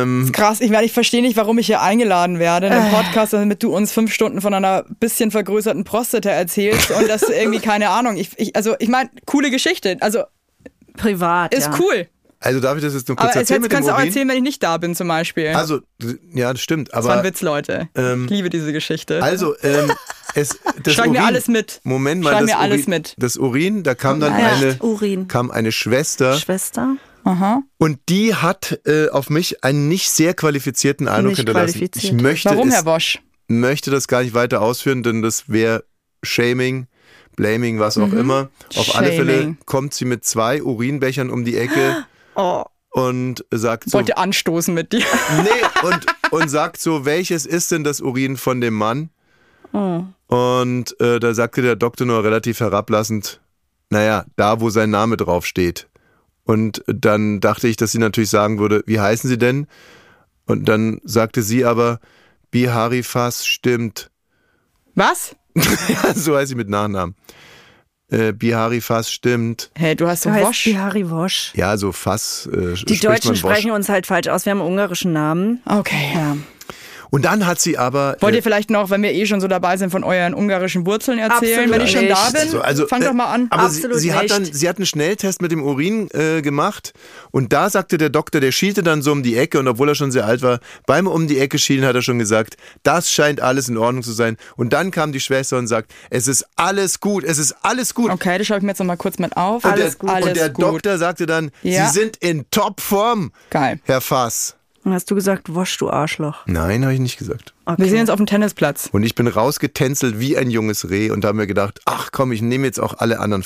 Ähm,
Krass, ich, meine, ich verstehe nicht, warum ich hier eingeladen werde in einem
Äh.
Podcast, damit du uns fünf Stunden von einer bisschen vergrößerten Prostata erzählst und das
<laughs>
irgendwie, keine Ahnung. Ich, ich, also, ich meine, coole Geschichte. Also,
Privat.
ist
ja.
cool.
also darf ich das jetzt nur kurz
Aber jetzt
erzählen mit dem
kannst du auch
Urin?
erzählen, wenn ich nicht da bin, zum Beispiel.
Also, ja, das stimmt.
das war ein
Aber
Witz, Leute.
ähm,
ich liebe diese Geschichte.
also, ähm, es, das
Schreib mir
Urin-
alles mit.
Moment mal,
Schreib
das
mir alles
Urin,
mit.
Das Urin, da kam dann
Ja,
eine,
Urin.
kam eine Schwester
Schwester?
und die hat äh, auf mich einen nicht sehr qualifizierten Eindruck
Nicht
hinterlassen. Ich
qualifiziert.
möchte,
Warum,
es,
Herr Bosch?
möchte das gar nicht weiter ausführen, denn das wäre Shaming, Blaming, was
Mhm.
auch immer. Auf alle Fälle
Shaming.
kommt sie mit zwei Urinbechern um
<gasps>
die Ecke
Oh.
und sagt so,
Wollte anstoßen mit dir.
Nee, und, und sagt so, welches ist denn das Urin von dem Mann?
Oh.
Und äh, da sagte der Doktor nur relativ herablassend, naja, da wo sein Name draufsteht. Und dann dachte ich, dass sie natürlich sagen würde, wie heißen Sie denn? Und dann sagte sie aber, Bihari Fass stimmt. <laughs>
Was?
so heißt sie mit Nachnamen. Äh, Bihari Fass stimmt.
Hey, du hast so
Du heißt
Bosch.
Bihari Wosch.
Ja, so Fass. Äh,
Die Deutschen sprechen uns halt falsch aus. Wir haben einen ungarischen Namen.
Okay.
Und dann hat sie aber.
Wollt
äh,
ihr vielleicht noch, wenn wir eh schon so dabei sind, von euren ungarischen Wurzeln erzählen,
Absolut
wenn ich schon da
nicht.
bin?
So, also,
Fang
äh,
doch mal an.
Aber
Absolut
sie, sie, hat
nicht.
dann, sie hat einen Schnelltest mit dem Urin äh, gemacht und da sagte der Doktor, der schielte dann so um die Ecke und obwohl er schon sehr alt war, beim um die Ecke schielen hat er schon gesagt, das scheint alles in Ordnung zu sein. Und dann kam die Schwester und sagt, es ist alles gut, es ist alles gut.
Okay, das schreibe ich mir jetzt nochmal kurz mit auf.
Und
alles
der,
gut. Alles
und der
gut.
Doktor sagte dann,
Ja.
Sie sind in Topform,
Geil.
Herr Fass.
Dann hast du gesagt, Wosch, du Arschloch.
Nein, habe ich nicht gesagt.
Wir sehen uns auf dem Tennisplatz.
Und ich bin rausgetänzelt wie ein junges Reh und habe mir gedacht, ach komm, ich nehme jetzt auch alle anderen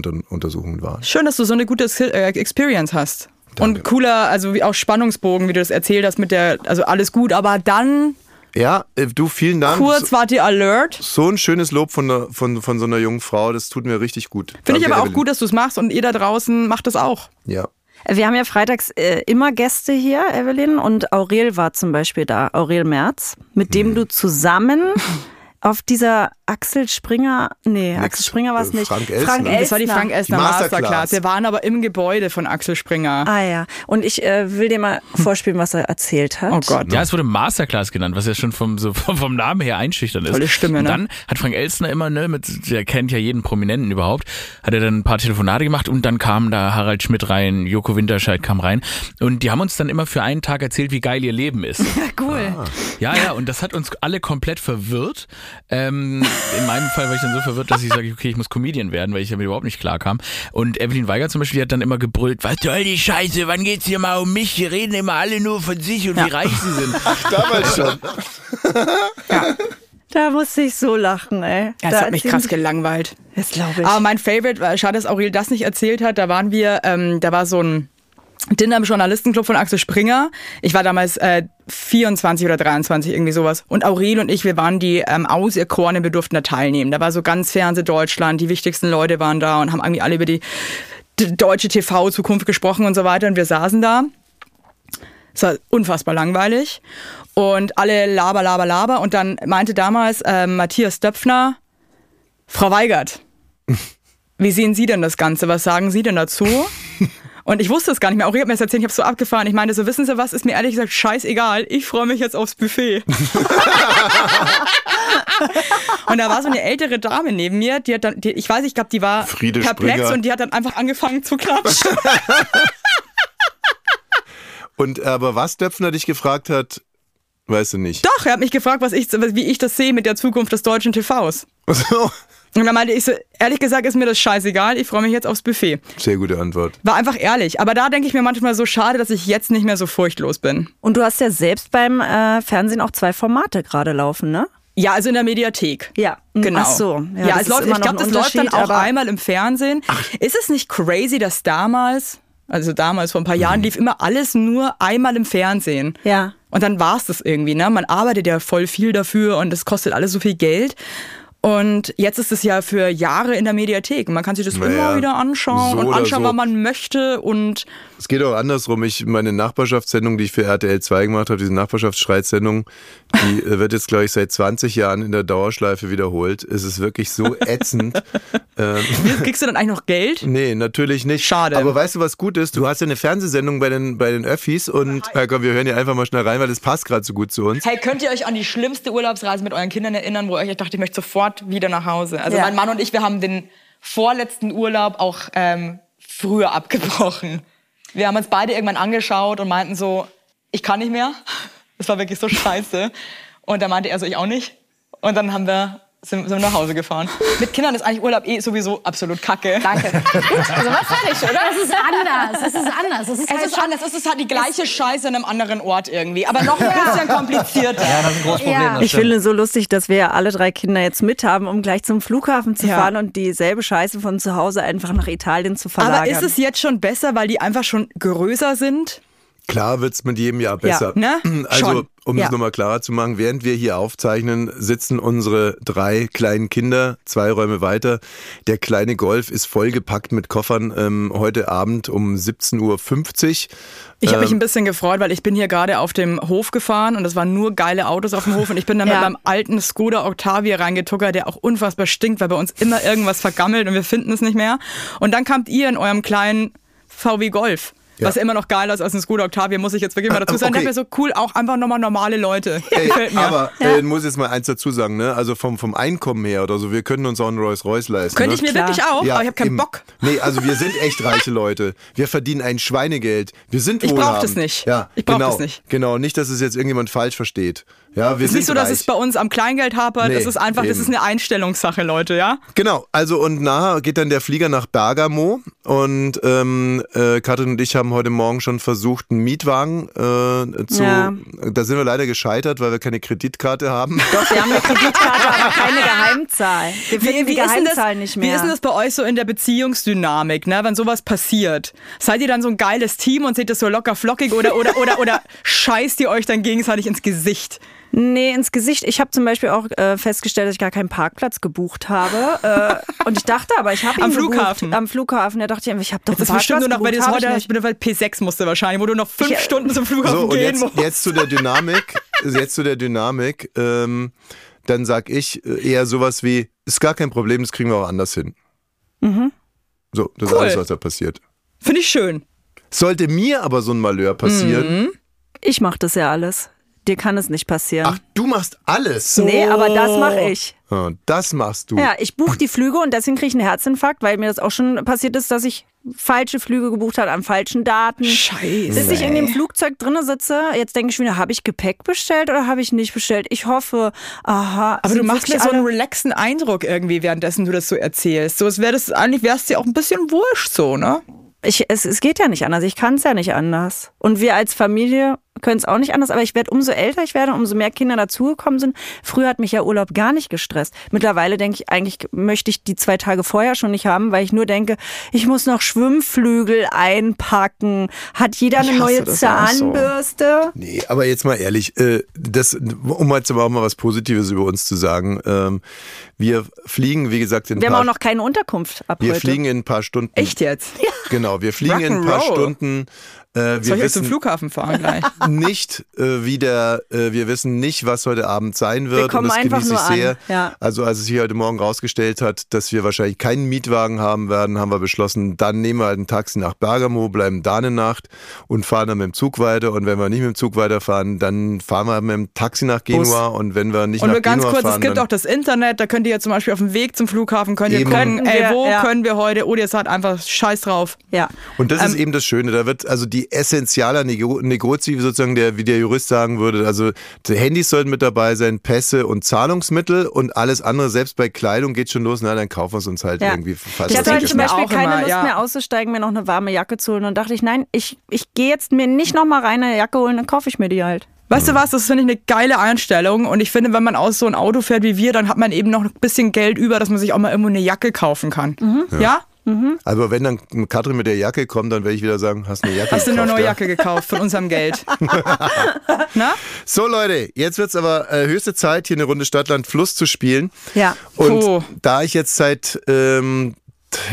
Vorsorgeuntersuchungen wahr.
Schön, dass du so eine gute Skill- äh, Experience hast.
Danke.
Und cooler, also wie auch Spannungsbogen, wie du das erzählt hast mit der, also alles gut, aber dann
Ja, äh, du, vielen Dank.
kurz wart ihr alert.
So ein schönes Lob von, der, von, von so einer jungen Frau, das tut mir richtig gut.
Finde ich
Danke,
aber auch
Evelyn.
gut, dass du es machst und ihr da draußen macht das auch.
Ja.
Wir haben ja freitags äh, immer Gäste hier, Evelyn, und Aurel war zum Beispiel da, Aurel Merz, mit
Hm.
dem du zusammen auf dieser Axel Springer, nee, Axel Springer war es
äh,
nicht.
Frank Elstner.
Frank
Das war die
Elstner.
Frank Esner
Die Masterclass.
Masterclass. Wir waren aber im Gebäude von Axel Springer.
Ah ja, und ich äh, will dir mal
Hm.
vorspielen, was er erzählt hat.
Oh Gott.
Ja, es wurde Masterclass genannt, was ja schon vom, so, <laughs> vom vom Namen her einschüchtern ist.
Tolle Stimme,
Und
ne?
dann hat Frank Elstner immer, ne, mit, der kennt ja jeden Prominenten überhaupt, hat er dann ein paar Telefonate gemacht und dann kamen da Harald Schmidt rein, Joko Winterscheid kam rein und die haben uns dann immer für einen Tag erzählt, wie geil ihr Leben
<laughs>
ist.
Ah,
Cool.
Ja, ja, und das hat uns alle komplett verwirrt. Ähm, in meinem Fall war ich dann so verwirrt, dass ich sage, okay, ich muss Comedian werden, weil ich damit überhaupt nicht klarkam. Und Evelyn Weiger zum Beispiel die hat dann immer gebrüllt, was soll die Scheiße, wann geht's hier mal um mich? Hier reden immer alle nur von sich und wie reich sie sind.
<laughs> Damals schon.
Da musste ich so lachen, ey.
Ja, das
da
hat mich
erzählen
krass Ähm.
sie-
gelangweilt.
Das glaube ich.
Aber mein Favorite, war, schade, dass Aurel das nicht erzählt hat, da waren wir, ähm, da war so ein Dinner im Journalistenclub von Axel Springer. Ich war damals äh, 24 oder 23, irgendwie sowas. Und Aurel und ich, wir waren die ähm, Auserkorenen, wir durften da teilnehmen. Da war so ganz Fernseh Deutschland, die wichtigsten Leute waren da und haben irgendwie alle über die d- deutsche TV-Zukunft gesprochen und so weiter. Und wir saßen da Es war unfassbar langweilig. Und alle laber, laber, laber. Und dann meinte damals äh, Matthias Döpfner, Frau
<laughs>
Weigert, wie sehen Sie denn das Ganze? Was sagen Sie denn
<laughs>
dazu? Und ich wusste es gar nicht mehr. Auch ihr habt mir das erzählt, ich habe so abgefahren. Ich meine, so wissen Sie was, ist mir ehrlich gesagt scheißegal. Ich freue mich jetzt aufs
<laughs>
Buffet. und da war so eine ältere Dame neben mir, die hat dann, die, ich weiß, ich glaube, die war
Friede
perplex
Springer.
und die hat dann einfach angefangen
<laughs>
zu klatschen.
Und aber was Döpfner dich gefragt hat, weißt du nicht.
Doch, er hat mich gefragt, was ich, wie ich das sehe mit der Zukunft des deutschen TVs.
So.
Und dann meinte ich so, ehrlich gesagt ist mir das scheißegal, ich freue mich jetzt aufs Buffet.
<laughs> Sehr gute Antwort.
War einfach ehrlich. Aber da denke ich mir manchmal so schade, dass ich jetzt nicht mehr so furchtlos bin.
Und du hast ja selbst beim äh, Fernsehen auch zwei Formate gerade laufen, ne?
Ja, also in der Mediathek.
Ja.
Genau.
Ach so.
Ja, es läuft, ich glaube, das läuft dann auch einmal im Fernsehen. Ist es nicht crazy, dass damals, also damals vor ein paar Jahren, lief immer alles nur einmal im Fernsehen?
Mhm. Ja.
Und dann war's das irgendwie, ne? Man arbeitet ja voll viel dafür und es kostet alles so viel Geld. Und jetzt ist es ja für Jahre in der Mediathek. Man kann sich das
Naja,
immer wieder anschauen
so
und
oder
anschauen,
so.
wann man möchte.
<laughs>
Und
Es geht auch andersrum. Ich, meine Nachbarschaftssendung, die ich für RTL 2 gemacht habe, diese Nachbarschaftsstreitsendung, die äh, wird jetzt, glaube ich, seit 20 Jahren in der Dauerschleife wiederholt. Es ist wirklich so
<laughs>
ätzend. ähm,
kriegst du dann eigentlich noch Geld?
nee, natürlich nicht.
Schade.
Aber weißt du, was gut ist? Du hast ja eine Fernsehsendung bei den, bei den Öffis und ja, komm, wir hören hier einfach mal schnell rein, weil das passt gerade so gut zu uns.
Hey, könnt ihr euch an die schlimmste Urlaubsreise mit euren Kindern erinnern, wo ihr euch dachte, ich möchte sofort wieder nach Hause? Also
Ja.
mein Mann und ich, wir haben den vorletzten Urlaub auch ähm, früher abgebrochen. Wir haben uns beide irgendwann angeschaut und meinten so, ich kann nicht mehr. Das war wirklich so scheiße. Und dann meinte er so, ich auch nicht. Und dann haben wir sind, sind wir nach Hause gefahren. Mit Kindern ist eigentlich Urlaub eh sowieso absolut kacke. <laughs> Danke.
Also was fand ich, oder? Das ist anders. Es ist anders. Es ist,
Es
halt
ist, anders, es ist halt die gleiche Scheiße an einem anderen Ort irgendwie, aber noch ein bisschen komplizierter.
Ja, das ist ein großes Problem.
Ja.
das
Ich
stimmt.
finde es so lustig, dass wir ja alle drei Kinder jetzt mit haben, um gleich zum Flughafen zu
Ja.
fahren und dieselbe Scheiße von zu Hause einfach nach Italien zu verlagern.
Aber ist es jetzt schon besser, weil die einfach schon größer sind?
Klar wird's mit jedem Jahr besser.
ne?
<clears throat> Also,
Schon.
um
Ja.
es nochmal klarer zu machen, während wir hier aufzeichnen, sitzen unsere drei kleinen Kinder zwei Räume weiter. Der kleine Golf ist vollgepackt mit Koffern ähm, heute Abend um 17.50 Uhr.
Ich habe mich
Ähm.
ein bisschen gefreut, weil ich bin hier gerade auf dem Hof gefahren und es waren nur geile Autos auf dem Hof und ich bin
<laughs>
dann
Ja.
mit meinem alten Skoda Octavia reingetuckert, der auch unfassbar stinkt, weil bei uns immer irgendwas vergammelt und wir finden es nicht mehr. Und dann kamt ihr in eurem kleinen VW Golf.
Ja.
Was ja immer noch geiler ist als ein Skoda Octavia, muss ich jetzt wirklich mal dazu sagen.
Okay.
Okay. Dachte mir so cool, auch einfach nochmal normale Leute.
Ey,
Gefällt mir.
aber äh, muss jetzt mal eins dazu sagen, ne? Also vom, vom Einkommen her oder so, wir können uns auch einen Rolls Royce leisten.
Könnte
ne?
ich mir
Klar.
wirklich auch, aber ich habe keinen
eben.
Bock.
Nee, also wir sind
<laughs>
echt reiche Leute. Wir verdienen ein Schweinegeld. Wir sind
Ich brauch
wohlhabend.
das nicht.
Ja,
Ich brauch
genau,
das nicht.
Genau, nicht, dass es jetzt irgendjemand falsch versteht. Ja, wir
Es ist
sind
nicht so, dass
reich.
es bei uns am Kleingeld hapert.
Nee,
es ist einfach, das
eben.
ist eine Einstellungssache, Leute, ja?
Genau, also und nachher geht dann der Flieger nach Bergamo und ähm, äh, Katrin und ich haben heute Morgen schon versucht, einen Mietwagen äh, zu.
Ja.
Da sind wir leider gescheitert, weil wir keine
<laughs>
Kreditkarte haben. <laughs>
Wir haben eine Kreditkarte, aber keine Geheimzahl. Wir finden die
denn das-
Geheimzahl nicht mehr.
Wie ist denn das bei euch so in der Beziehungsdynamik, ne? wenn sowas passiert? Seid ihr dann so ein geiles Team und seht das so locker flockig oder, oder, oder, oder
<laughs>
scheißt ihr euch dann gegenseitig ins Gesicht?
Nee, ins Gesicht. Ich habe zum Beispiel auch äh, festgestellt, dass ich gar keinen Parkplatz gebucht habe. äh, und ich dachte aber, ich habe ihn
Am Flughafen?
Gebucht, am Flughafen. Da dachte ich, ich habe doch
Das ist
einen
bestimmt
Parkplatz
nur noch, weil
gebucht.
du es
hab ich äh,
heute ich
nicht.
bin auf P6 musste wahrscheinlich, wo du noch fünf Stunden zum Flughafen
So, und
gehen
jetzt,
musst.
jetzt zu der Dynamik. jetzt zu der Dynamik. Ähm, dann sag ich äh, eher sowas wie: Ist gar kein Problem, das kriegen wir auch anders hin.
Mhm.
So, das
Cool.
ist alles, was da passiert.
Finde ich schön.
Sollte mir aber so ein Malheur passieren,
Mhm. Ich mache das ja alles. Dir kann es nicht passieren.
ach, du machst alles. Oh.
Nee, aber das mache ich.
Ah, das machst
Hm.
du.
Ja, ich buche die Flüge und deswegen kriege ich einen Herzinfarkt, weil mir das auch schon passiert ist, dass ich falsche Flüge gebucht habe an falschen Daten.
Scheiße.
Bis ich in dem Flugzeug drinne sitze, jetzt denke ich wieder, habe ich Gepäck bestellt oder habe ich nicht bestellt? Ich hoffe, aha.
Aber du
sind
machst mir
wirklich
so einen
alle-
relaxen Eindruck irgendwie, währenddessen du das so erzählst. So, es wäre das, eigentlich wär's dir auch ein bisschen wurscht so, ne?
Hm.
ich, es, es geht ja nicht anders, ich kann es ja nicht anders. Und wir als Familie können es auch nicht anders, aber ich werde umso älter ich werde, umso mehr Kinder dazugekommen sind. Früher hat mich ja Urlaub gar nicht gestresst. Mittlerweile denke ich, eigentlich möchte ich die zwei Tage vorher schon nicht haben, weil ich nur denke, ich muss noch Schwimmflügel einpacken. Hat jeder eine
Ich hasse
neue
das auch so.
Zahnbürste?
Nee, aber jetzt mal ehrlich, äh, das, um jetzt aber auch mal was Positives über uns zu sagen. ähm, Wir fliegen, wie gesagt, in ein
Wir haben
paar,
auch noch keine Unterkunft ab
wir
heute.
fliegen in ein paar Stunden.
Echt jetzt?
Genau, wir fliegen in ein paar
Rock'n'Roll.
Stunden Äh,
Soll
wir
ich euch zum
wissen
Flughafen fahren gleich?
nicht, äh, wie der, äh, wir wissen nicht, was heute Abend sein wird.
Wir kommen
und das
einfach
genieße ich
nur an.
sehr.
Ja.
Also als es sich heute Morgen rausgestellt hat, dass wir wahrscheinlich keinen Mietwagen haben werden, haben wir beschlossen, dann nehmen wir halt ein Taxi nach Bergamo, bleiben da eine Nacht und fahren dann mit dem Zug weiter. Und wenn wir nicht mit dem Zug weiterfahren, dann fahren wir mit dem Taxi nach Genua. Und wenn wir nicht
Und
nach
nur ganz
Genua
kurz,
fahren,
es gibt
dann
auch das Internet, da könnt ihr zum Beispiel auf dem Weg zum Flughafen, könnt ihr
Eben.
gucken,
Ja,
ey, wo
ja.
können wir heute, ODSH hat einfach Scheiß drauf.
Ja.
Und das ist eben das Schöne. Da wird also die essentialer Nego- Negozi, wie sozusagen der, wie der Jurist sagen würde. Also die Handys sollten mit dabei sein, Pässe und Zahlungsmittel und alles andere. Selbst bei Kleidung geht schon los. Na, dann kaufen wir es uns halt
Ja.
irgendwie fast.
Ich
Das
hatte
denke
heute
ich
zum
mir
Beispiel
auch
keine
immer,
Lust
ja.
mehr auszusteigen, mir noch eine warme Jacke zu holen. Und dachte ich, nein, ich, ich gehe jetzt mir nicht nochmal rein eine Jacke holen, dann kaufe ich mir die halt.
Weißt du was, das finde ich eine geile Einstellung und ich finde, wenn man aus so einem Auto fährt wie wir, dann hat man eben noch ein bisschen Geld über, dass man sich auch mal irgendwo eine Jacke kaufen kann.
Mhm.
Ja?
Aber wenn dann Katrin mit der Jacke kommt, dann werde ich wieder sagen, hast eine Jacke
Hast du eine
gekauft,
neue
ja?
Jacke gekauft von unserem
<laughs>
Geld? Na?
So Leute, jetzt wird's aber äh, höchste Zeit, hier eine Runde Stadtland Fluss zu spielen.
Ja.
Und
Oh.
da ich jetzt seit, ähm,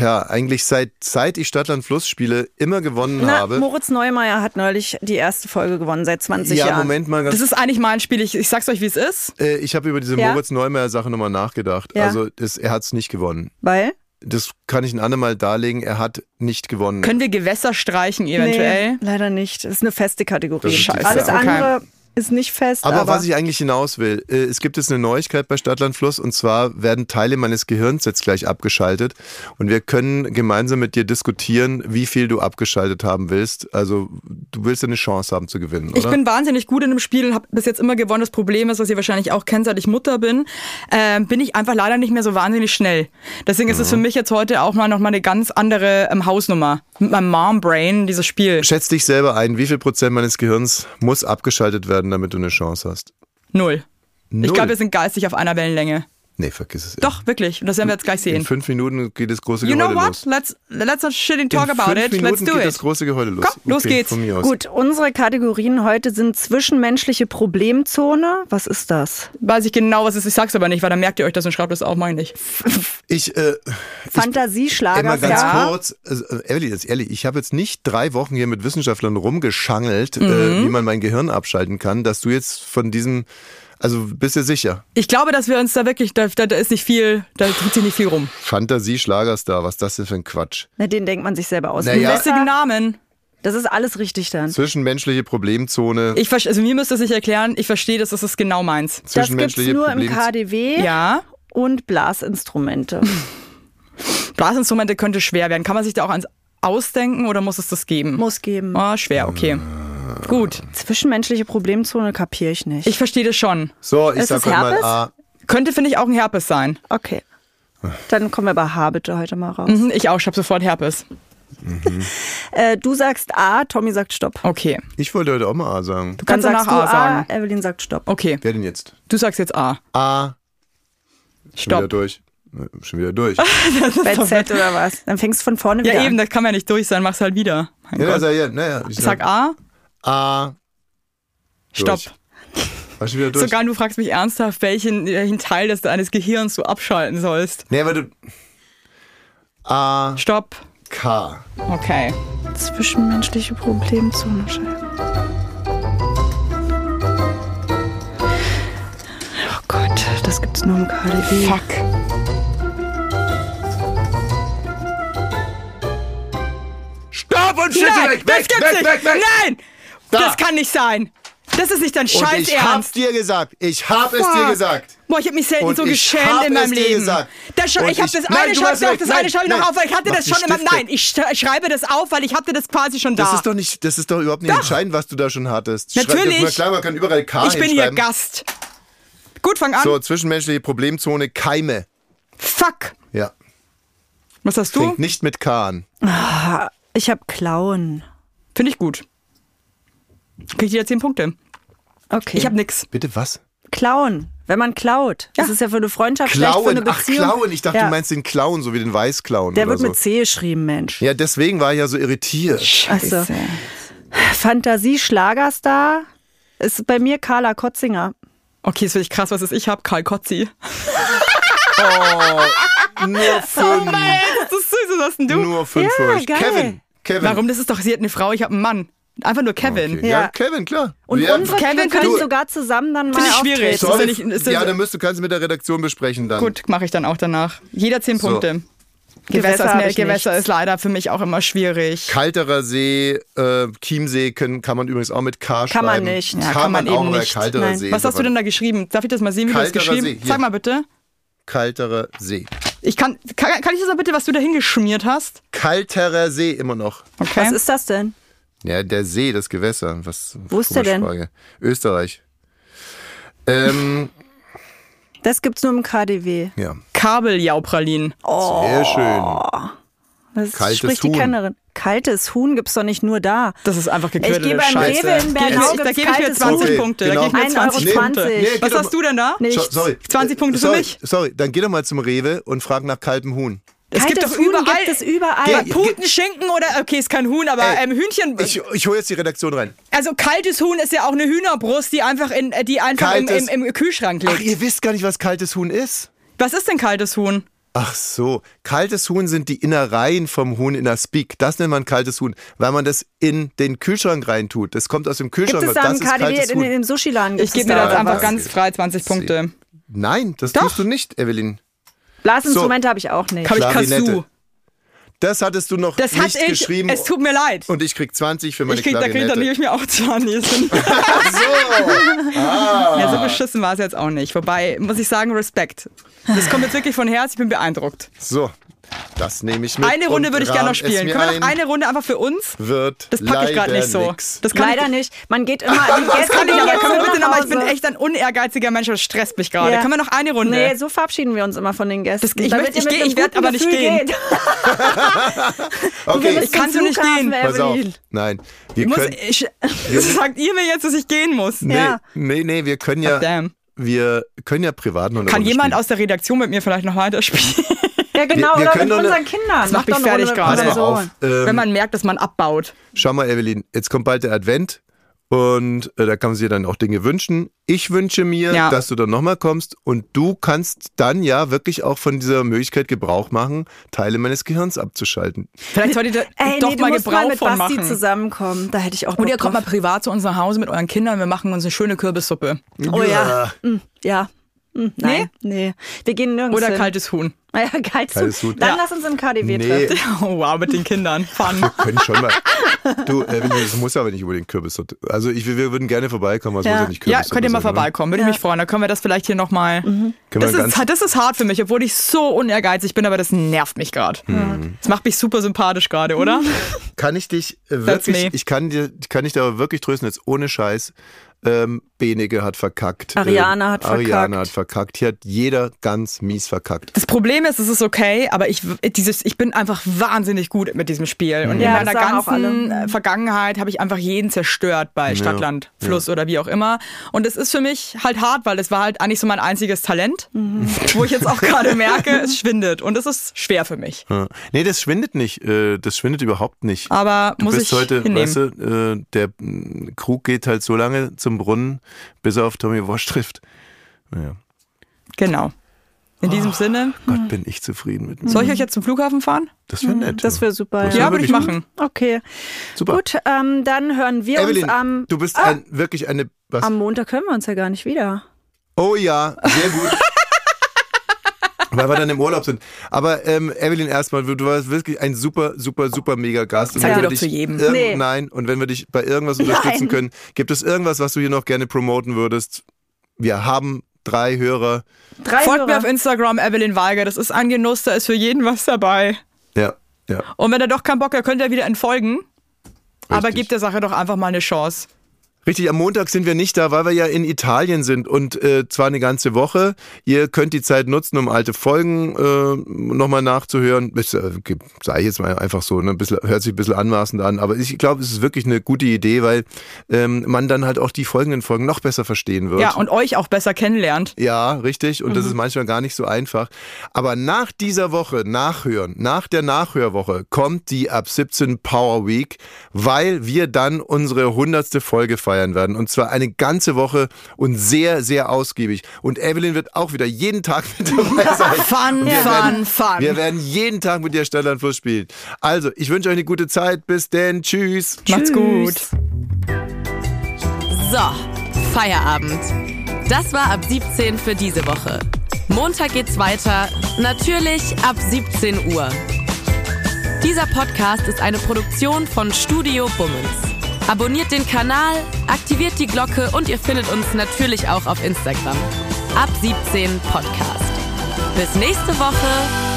ja, eigentlich seit, seit ich Stadtland Fluss spiele, immer gewonnen
Na,
habe.
Moritz Neumeier hat neulich die erste Folge gewonnen seit 20
ja,
Jahren.
Moment mal ganz
Das ist eigentlich mein Spiel, ich, ich sag's euch, wie es ist.
Äh, ich habe über diese
Ja?
Moritz Neumeier-Sache nochmal nachgedacht.
Ja.
Also das, er hat es nicht gewonnen.
Weil?
Das kann ich ein andermal darlegen. Er hat nicht gewonnen.
Können wir Gewässer streichen eventuell?
Nee, leider nicht. Das ist eine feste Kategorie.
Das ist die
Alles
Frage.
andere ist nicht fest.
aber,
Aber,
was ich eigentlich hinaus will, äh, es gibt jetzt eine Neuigkeit bei Stadtlandfluss und zwar werden Teile meines Gehirns jetzt gleich abgeschaltet und wir können gemeinsam mit dir diskutieren, wie viel du abgeschaltet haben willst. Also du willst ja eine Chance haben zu gewinnen,
Ich
oder?
bin wahnsinnig gut in dem Spiel und habe bis jetzt immer gewonnen. Das Problem ist, was ihr wahrscheinlich auch kennt, seit ich Mutter bin, ähm, bin ich einfach leider nicht mehr so wahnsinnig schnell. Deswegen ist es für
Mhm.
mich jetzt heute auch mal nochmal eine ganz andere ähm, Hausnummer. Mit meinem Mom-Brain, dieses Spiel.
Schätz dich selber ein, wie viel Prozent meines Gehirns muss abgeschaltet werden, damit du eine Chance hast?
Null. Ich
Null.
glaube, wir sind geistig auf einer Wellenlänge.
Nee, vergiss es.
Doch, wirklich. Und das werden wir jetzt gleich
In
sehen.
fünf Minuten geht das große
You know
Gebäude
what?
los.
Let's, let's not shitting talk
In
about
fünf
it.
Minuten
Let's do
geht
it.
das große Geheule los.
Komm, los geht's.
Von mir aus.
Gut, unsere Kategorien heute sind zwischenmenschliche Problemzone. Was ist das?
Weiß ich genau, was es ist. Ich sag's aber nicht, weil dann merkt ihr euch das und schreibt das auf, meine ich.
Ich, äh,
Fantasieschlager.
Emma, ganz
ja.
kurz. Also, äh, Evelyn, jetzt ehrlich, ich habe jetzt nicht drei Wochen hier mit Wissenschaftlern rumgeschangelt,
Mhm.
äh, wie man mein Gehirn abschalten kann, dass du jetzt von diesem, also bist du sicher?
Ich glaube, dass wir uns da wirklich, da, da, da ist nicht viel, da tut sich nicht viel rum.
Fantasie-Schlagerstar, was ist das denn für ein Quatsch?
Na, den denkt man sich selber aus.
Naja.
Besser-
Lästigen Namen.
Das ist alles richtig dann.
Zwischenmenschliche Problemzone.
Ich verste- also mir müsst ihr es nicht erklären, ich verstehe das, das ist genau meins.
Das gibt's
zwischenmenschliche
nur im
Problems-
KDW
Ja,
und Blasinstrumente.
Blasinstrumente könnte schwer werden. Kann man sich da auch ans ausdenken oder muss es das geben?
Muss geben.
Ah, schwer, okay.
Äh.
Gut,
Zwischenmenschliche Problemzone kapiere ich nicht.
ich verstehe das schon.
So, ich
Ist
sag
es
heute mal
Herpes?
A.
Könnte, finde ich, auch ein Herpes sein.
okay. Dann kommen wir bei H bitte heute mal raus.
Mhm, Ich auch, ich habe sofort Herpes.
Äh, du sagst A, Tommy sagt Stopp.
Okay,
Ich wollte heute auch mal A sagen.
du
Dann
kannst danach
sagst du
A sagen.
A, Evelyn sagt Stopp.
Okay,
Wer denn jetzt?
du sagst jetzt A.
A. Schon wieder
Stopp. Oh
durch. Äh, Schon
<laughs>
wieder durch.
Bei Z oder was? Dann fängst du von vorne wieder
Ja, eben,
an.
das kann man ja nicht durch sein, mach's halt wieder. Mein
ja,
Gott.
sag, ja, naja, ich
Sag A,
A.
Stopp.
War schon wieder durch.
Sogar du fragst mich ernsthaft, welchen, äh, welchen Teil des deines Gehirns du abschalten sollst.
Nee, aber du. A.
Stopp.
K.
Okay.
Zwischenmenschliche Problemzone. Scheiße. Oh Gott, das gibt's nur im KDW.
Fuck.
Stopp und schüttel
Nein,
weg,
das
weg,
gibt's
weg,
nicht.
weg, weg.
Nein, das kann nicht sein. Das ist nicht dein
Und
Scheiß
ich hab's
Ernst.
dir gesagt. Ich hab es dir
Fuck.
gesagt.
Boah, ich hab mich selten
Und
so
ich
geschämt
hab
in
es
meinem
dir
Leben.
gesagt.
Das schon,
Und
ich habe
ich-
das
Nein,
eine
du
schreibe
hast
ich auf,
recht.
das eine
Nein,
schreibe ich noch
nein.
auf, weil ich hatte
Mach
das
die
schon immer.
Stifte.
Nein, ich sch- schreibe das auf, weil ich hatte das quasi schon da.
Das ist doch nicht, das ist doch überhaupt nicht entscheidend, was du da schon hattest. Schreib-
Natürlich.
Na klar, man kann überall K
ich bin hier
hinschreiben.
Gast. Gut, fang an.
So, zwischenmenschliche Problemzone, Keime.
Fuck.
Ja.
Was hast du?
Fängt nicht mit K an.
Ich habe Klauen.
Finde ich gut. Kriegt jeder 10 Punkte.
Okay.
Ich habe nix.
Bitte was?
Klauen. Wenn man klaut. Das
Ja.
ist ja für eine Freundschaft schlecht, für eine
Klauen. Ach,
Beziehung.
Klauen. Ich dachte,
Ja.
du meinst den Clown, so wie den Weißclown.
Der
oder
wird
so.
mit C geschrieben, Mensch.
Ja, deswegen war ich ja so irritiert.
Also, Fantasie-Schlagerstar ist bei mir Carla Kotzinger.
Okay, ist wirklich krass, was es ich habe. Karl Kotzi.
Nur
Oh
fünf.
Das ist süß, was hast denn du?
Nur fünf
Ja,
für euch.
geil.
Kevin. Kevin.
Warum? Das ist doch, sie hat eine Frau, ich habe einen Mann. Einfach nur Kevin.
Okay. Ja.
Ja.
Kevin, klar.
Und
ja.
unsere
Kevin,
Kevin
du-
können sogar zusammen dann mal
Finde ich schwierig.
auftreten.
ist
Sorry,
ja nicht- ist ja-
ja, dann müsst du kannst du mit der Redaktion besprechen dann.
Gut, mache ich dann auch danach. Jeder zehn
So.
Punkte.
Gewässer
Gewässer,
hab
ist,
ich
mir, Gewässer
nichts.
ist leider für mich auch immer schwierig.
Kalterer See, äh, Chiemsee können, kann man übrigens auch mit K
Kann
schreiben.
man nicht. Ja,
kann,
kann
man
man
auch,
eben
aber
nicht.
Kalterer
Nein.
See.
Was
ist
hast du
aber-
denn da geschrieben? Darf ich das mal sehen, wie du das
Kalterer
geschrieben
See, hier.
Sag mal bitte.
Kalterer See.
Ich kann, kann, kann ich das mal bitte, was du da hingeschmiert hast?
Kalterer See immer noch.
Okay.
Was ist das denn?
Ja, der See, das Gewässer. Was,
Wo ist der
komische
denn?
Frage. Österreich. Ähm,
Das gibt's nur im KDW.
ja,
Kabeljaupralin.
sehr schön.
Das
Kaltes
spricht
Huhn.
die Kennerin. Kaltes Huhn gibt's doch nicht nur da.
Das ist einfach
Ich
gequirlte
gehe beim
Scheiße.
Rewe in
Gib-
Bernau,
da
gibt's
gebe ich mir
kaltes
20
Okay,
Huhn.
Punkte.
genau.
Da gebe ich mir 20
1,20
Punkte.
Nee, genau.
Was
geht
hast
doch-
du denn da?
Nichts.
So, sorry.
20 Punkte für
sorry,
mich.
Sorry, dann geh doch mal zum Rewe und frag nach kaltem Huhn.
Es gibt
Kaltes
doch
Huhn
überall.
gibt es überall.
Bei
Ge-
Puten, Schinken oder, okay, ist kein Huhn, aber
Ey,
ähm, Hühnchen.
Ich, ich hole jetzt die Redaktion rein.
also kaltes Huhn ist ja auch eine Hühnerbrust, die einfach, in, äh, die einfach im,
Kaltes-
im, im Kühlschrank
Ach,
liegt.
ihr wisst gar nicht, was kaltes Huhn ist?
Was ist denn kaltes Huhn?
Ach so, kaltes Huhn sind die Innereien vom Huhn in der Speak. Das nennt man kaltes Huhn, weil man das in den Kühlschrank reintut. Das kommt aus dem Kühlschrank.
Gibt es
raus.
da im
das ist
KDW,
kaltes
in,
Huhn.
im Sushi-Laden?
Ich
gibt's
gebe
das
mir
da
das
oder
einfach
was?
ganz frei 20 Punkte.
Nein, das tust du nicht, Evelyn.
Blasinstrumente habe ich auch nicht.
Hab ich
Klarinette.
Kasu.
Das hattest du noch
Das hat
nicht
ich.
geschrieben.
Es tut mir leid.
und ich krieg 20 für meine
Ich krieg, da krieg,
Klarinette.
dann nehme ich mir auch 20.
<laughs>
Ja, so beschissen war es jetzt auch nicht. Wobei, muss ich sagen, Respekt. Das kommt jetzt wirklich von Herz, ich bin beeindruckt.
so, das nehme ich mit.
Eine Runde
und
würde ich gerne
rahm
noch
es
spielen.
mir
Können wir noch
ein.
eine Runde einfach für uns?
Wird
Das packe ich gerade
leider
nicht so.
nix.
Das kann
Leider
ich,
nicht. Man geht immer. die
Das
Gäste
kann ich,
gehen
aber
jetzt
können wir
immer
bitte
nach
nochmal, ich bin
Hause.
echt ein unehrgeiziger Mensch, das stresst mich gerade.
Ja.
Können wir noch eine Runde?
Nee, so verabschieden wir uns immer von den Gästen.
Das- ich
Damit
möchte-
ihr
ich
mit
gehe-
einem
ich werd
guten
aber nicht
Gefühl
gehen.
geht.
okay,
Ich kann so nicht gehen.
pass auf. Nein, wir
ich muss,
können.
ich, <laughs> sagt ihr mir jetzt, dass ich gehen muss?
Nee,
Ja.
nee, nee, wir können ja,
Damn.
wir können ja privat noch eine
Kann
Runde
jemand
spielen.
aus der Redaktion mit mir vielleicht noch weiterspielen?
Ja, genau,
Wir- wir
oder
können
mit
doch eine-
unseren
macht
Kindern.
mich
doch eine
fertig
Runde
gerade.
Pass mal
oder
so.
auf. Ähm,
Wenn man merkt, dass man abbaut.
Schau mal, Evelyn, jetzt kommt bald der Advent und äh, da kann man sich dann auch Dinge wünschen. Ich wünsche mir,
Ja.
dass du dann nochmal kommst und du kannst dann ja wirklich auch von dieser Möglichkeit Gebrauch machen, Teile meines Gehirns abzuschalten.
Vielleicht solltet ihr
Ey,
doch
nee, du
mal
musst
Gebrauch
mal mit
von
Basti
machen.
zusammenkommen. Da hätte ich auch
Und
Bock
ihr kommt mal
drauf.
privat zu uns nach Hause mit euren Kindern. Wir machen uns eine schöne Kürbissuppe.
Oh ja.
Äh,
Hm, ja. Hm, nein, nee. Wir gehen nirgends
Oder
hin.
kaltes Huhn.
<laughs>
<laughs>
Ja, kalt
Kaltes
zu.
Huhn.
Dann
Ja.
lass uns im KDW
Nee,
treffen.
Oh, wow, mit den Kindern. <laughs> Fun.
können schon mal. Du, Evelyn, das muss aber nicht über den Kürbis. Also ich, wir würden gerne vorbeikommen, aber es
Ja.
muss ja nicht Kürbis
Ja, Mhm. könnt ihr mal
sein, oder?
vorbeikommen. Würde ich mich freuen. Dann können wir das vielleicht hier nochmal. mal.
Können
Das
wir ganz-
ist, das ist hart für mich, obwohl ich so unehrgeizig bin, aber das nervt mich gerade. Das macht mich super sympathisch gerade, <laughs> oder?
Kann ich dich äh,
That's
wirklich,
me.
ich kann dir, kann ich dir aber wirklich trösten, jetzt ohne Scheiß. Ähm, Benege hat verkackt.
Ariana
ähm,
hat
Ariana
verkackt.
hat verkackt. Hier hat jeder ganz mies verkackt.
Das Problem ist, es ist okay, aber ich, dieses, ich bin einfach wahnsinnig gut mit diesem Spiel. Und
Ja,
in
das
meiner
sagen auch
ganzen
alle.
äh, Vergangenheit habe ich einfach jeden zerstört bei Stadtland, Fluss oder wie auch immer. Und es ist für mich halt hart, weil es war halt eigentlich so mein einziges Talent, wo ich jetzt
<laughs>
auch gerade merke, es schwindet. Und es ist schwer für mich.
Ja. Nee, das schwindet nicht. äh, Das schwindet überhaupt nicht.
Aber Ah,
du
muss
bist
ich
heute,
hinnehmen.
weißt du, äh, der mh, Krug geht halt so lange zum Brunnen, bis er auf Tommy Walsh trifft. Naja,
Genau. In
Oh.
diesem Sinne,
Gott, bin ich zufrieden mit mir.
soll ich euch jetzt zum Flughafen fahren?
Das wäre nett.
Das wäre super.
Das
Ja,
wär
würde ich
wirklich
machen.
Okay.
Super.
Gut, ähm, dann hören wir
Evelyn,
uns am,
du bist ein, wirklich eine. Was?
am Montag können wir uns ja gar nicht wieder.
Oh ja,
<laughs>
sehr gut. Weil wir dann im Urlaub sind. Aber ähm, Evelyn, erstmal, du warst wirklich ein super, super, super mega Gast. Und
Sag
wenn
dir
wir
doch
dich
zu jedem.
irgend-
Nee.
Nein, und wenn wir dich bei
<laughs>
irgendwas unterstützen
Nein.
können, gibt es irgendwas, was du hier noch gerne promoten würdest? Wir haben drei Hörer.
Drei
Folgt mir
Hörer.
auf Instagram, Evelyn Weiger. Das ist ein Genuss, da ist für jeden was dabei.
Ja, ja.
Und wenn ihr doch keinen Bock habt, könnt ihr wieder entfolgen. Aber
Richtig.
gebt der Sache doch einfach mal eine Chance.
Richtig, am Montag sind wir nicht da, weil wir ja in Italien sind und äh, zwar eine ganze Woche. Ihr könnt die Zeit nutzen, um alte Folgen äh, nochmal nachzuhören. Ist, äh, ge- Sei jetzt mal einfach so, ne? ein bisschen, hört sich ein bisschen anmaßend an, aber ich glaube, es ist wirklich eine gute Idee, weil ähm, man dann halt auch die folgenden Folgen noch besser verstehen wird.
Ja, und euch auch besser kennenlernt.
Ja, richtig. Und das
Mhm.
ist manchmal gar nicht so einfach. Aber nach dieser Woche, nachhören, nach der Nachhörwoche, kommt die ab 17 Power Week, weil wir dann unsere 100. Folge feiern werden. Und zwar eine ganze Woche und sehr, sehr ausgiebig. Und Evelyn wird auch wieder jeden Tag
<laughs>
mit dabei sein.
Fun,
Wir
fun,
werden-
fun.
Wir werden jeden Tag mit dir Stadtland Fluss spielen. Also, ich wünsche euch eine gute Zeit. Bis denn. Tschüss.
Macht's gut.
So, Feierabend. Das war ab 17 für diese Woche. Montag geht's weiter, natürlich ab 17 Uhr. Dieser Podcast ist eine Produktion von Studio Bummens. Abonniert den Kanal, aktiviert die Glocke und ihr findet uns natürlich auch auf Instagram. Ab 17 Podcast. Bis nächste Woche.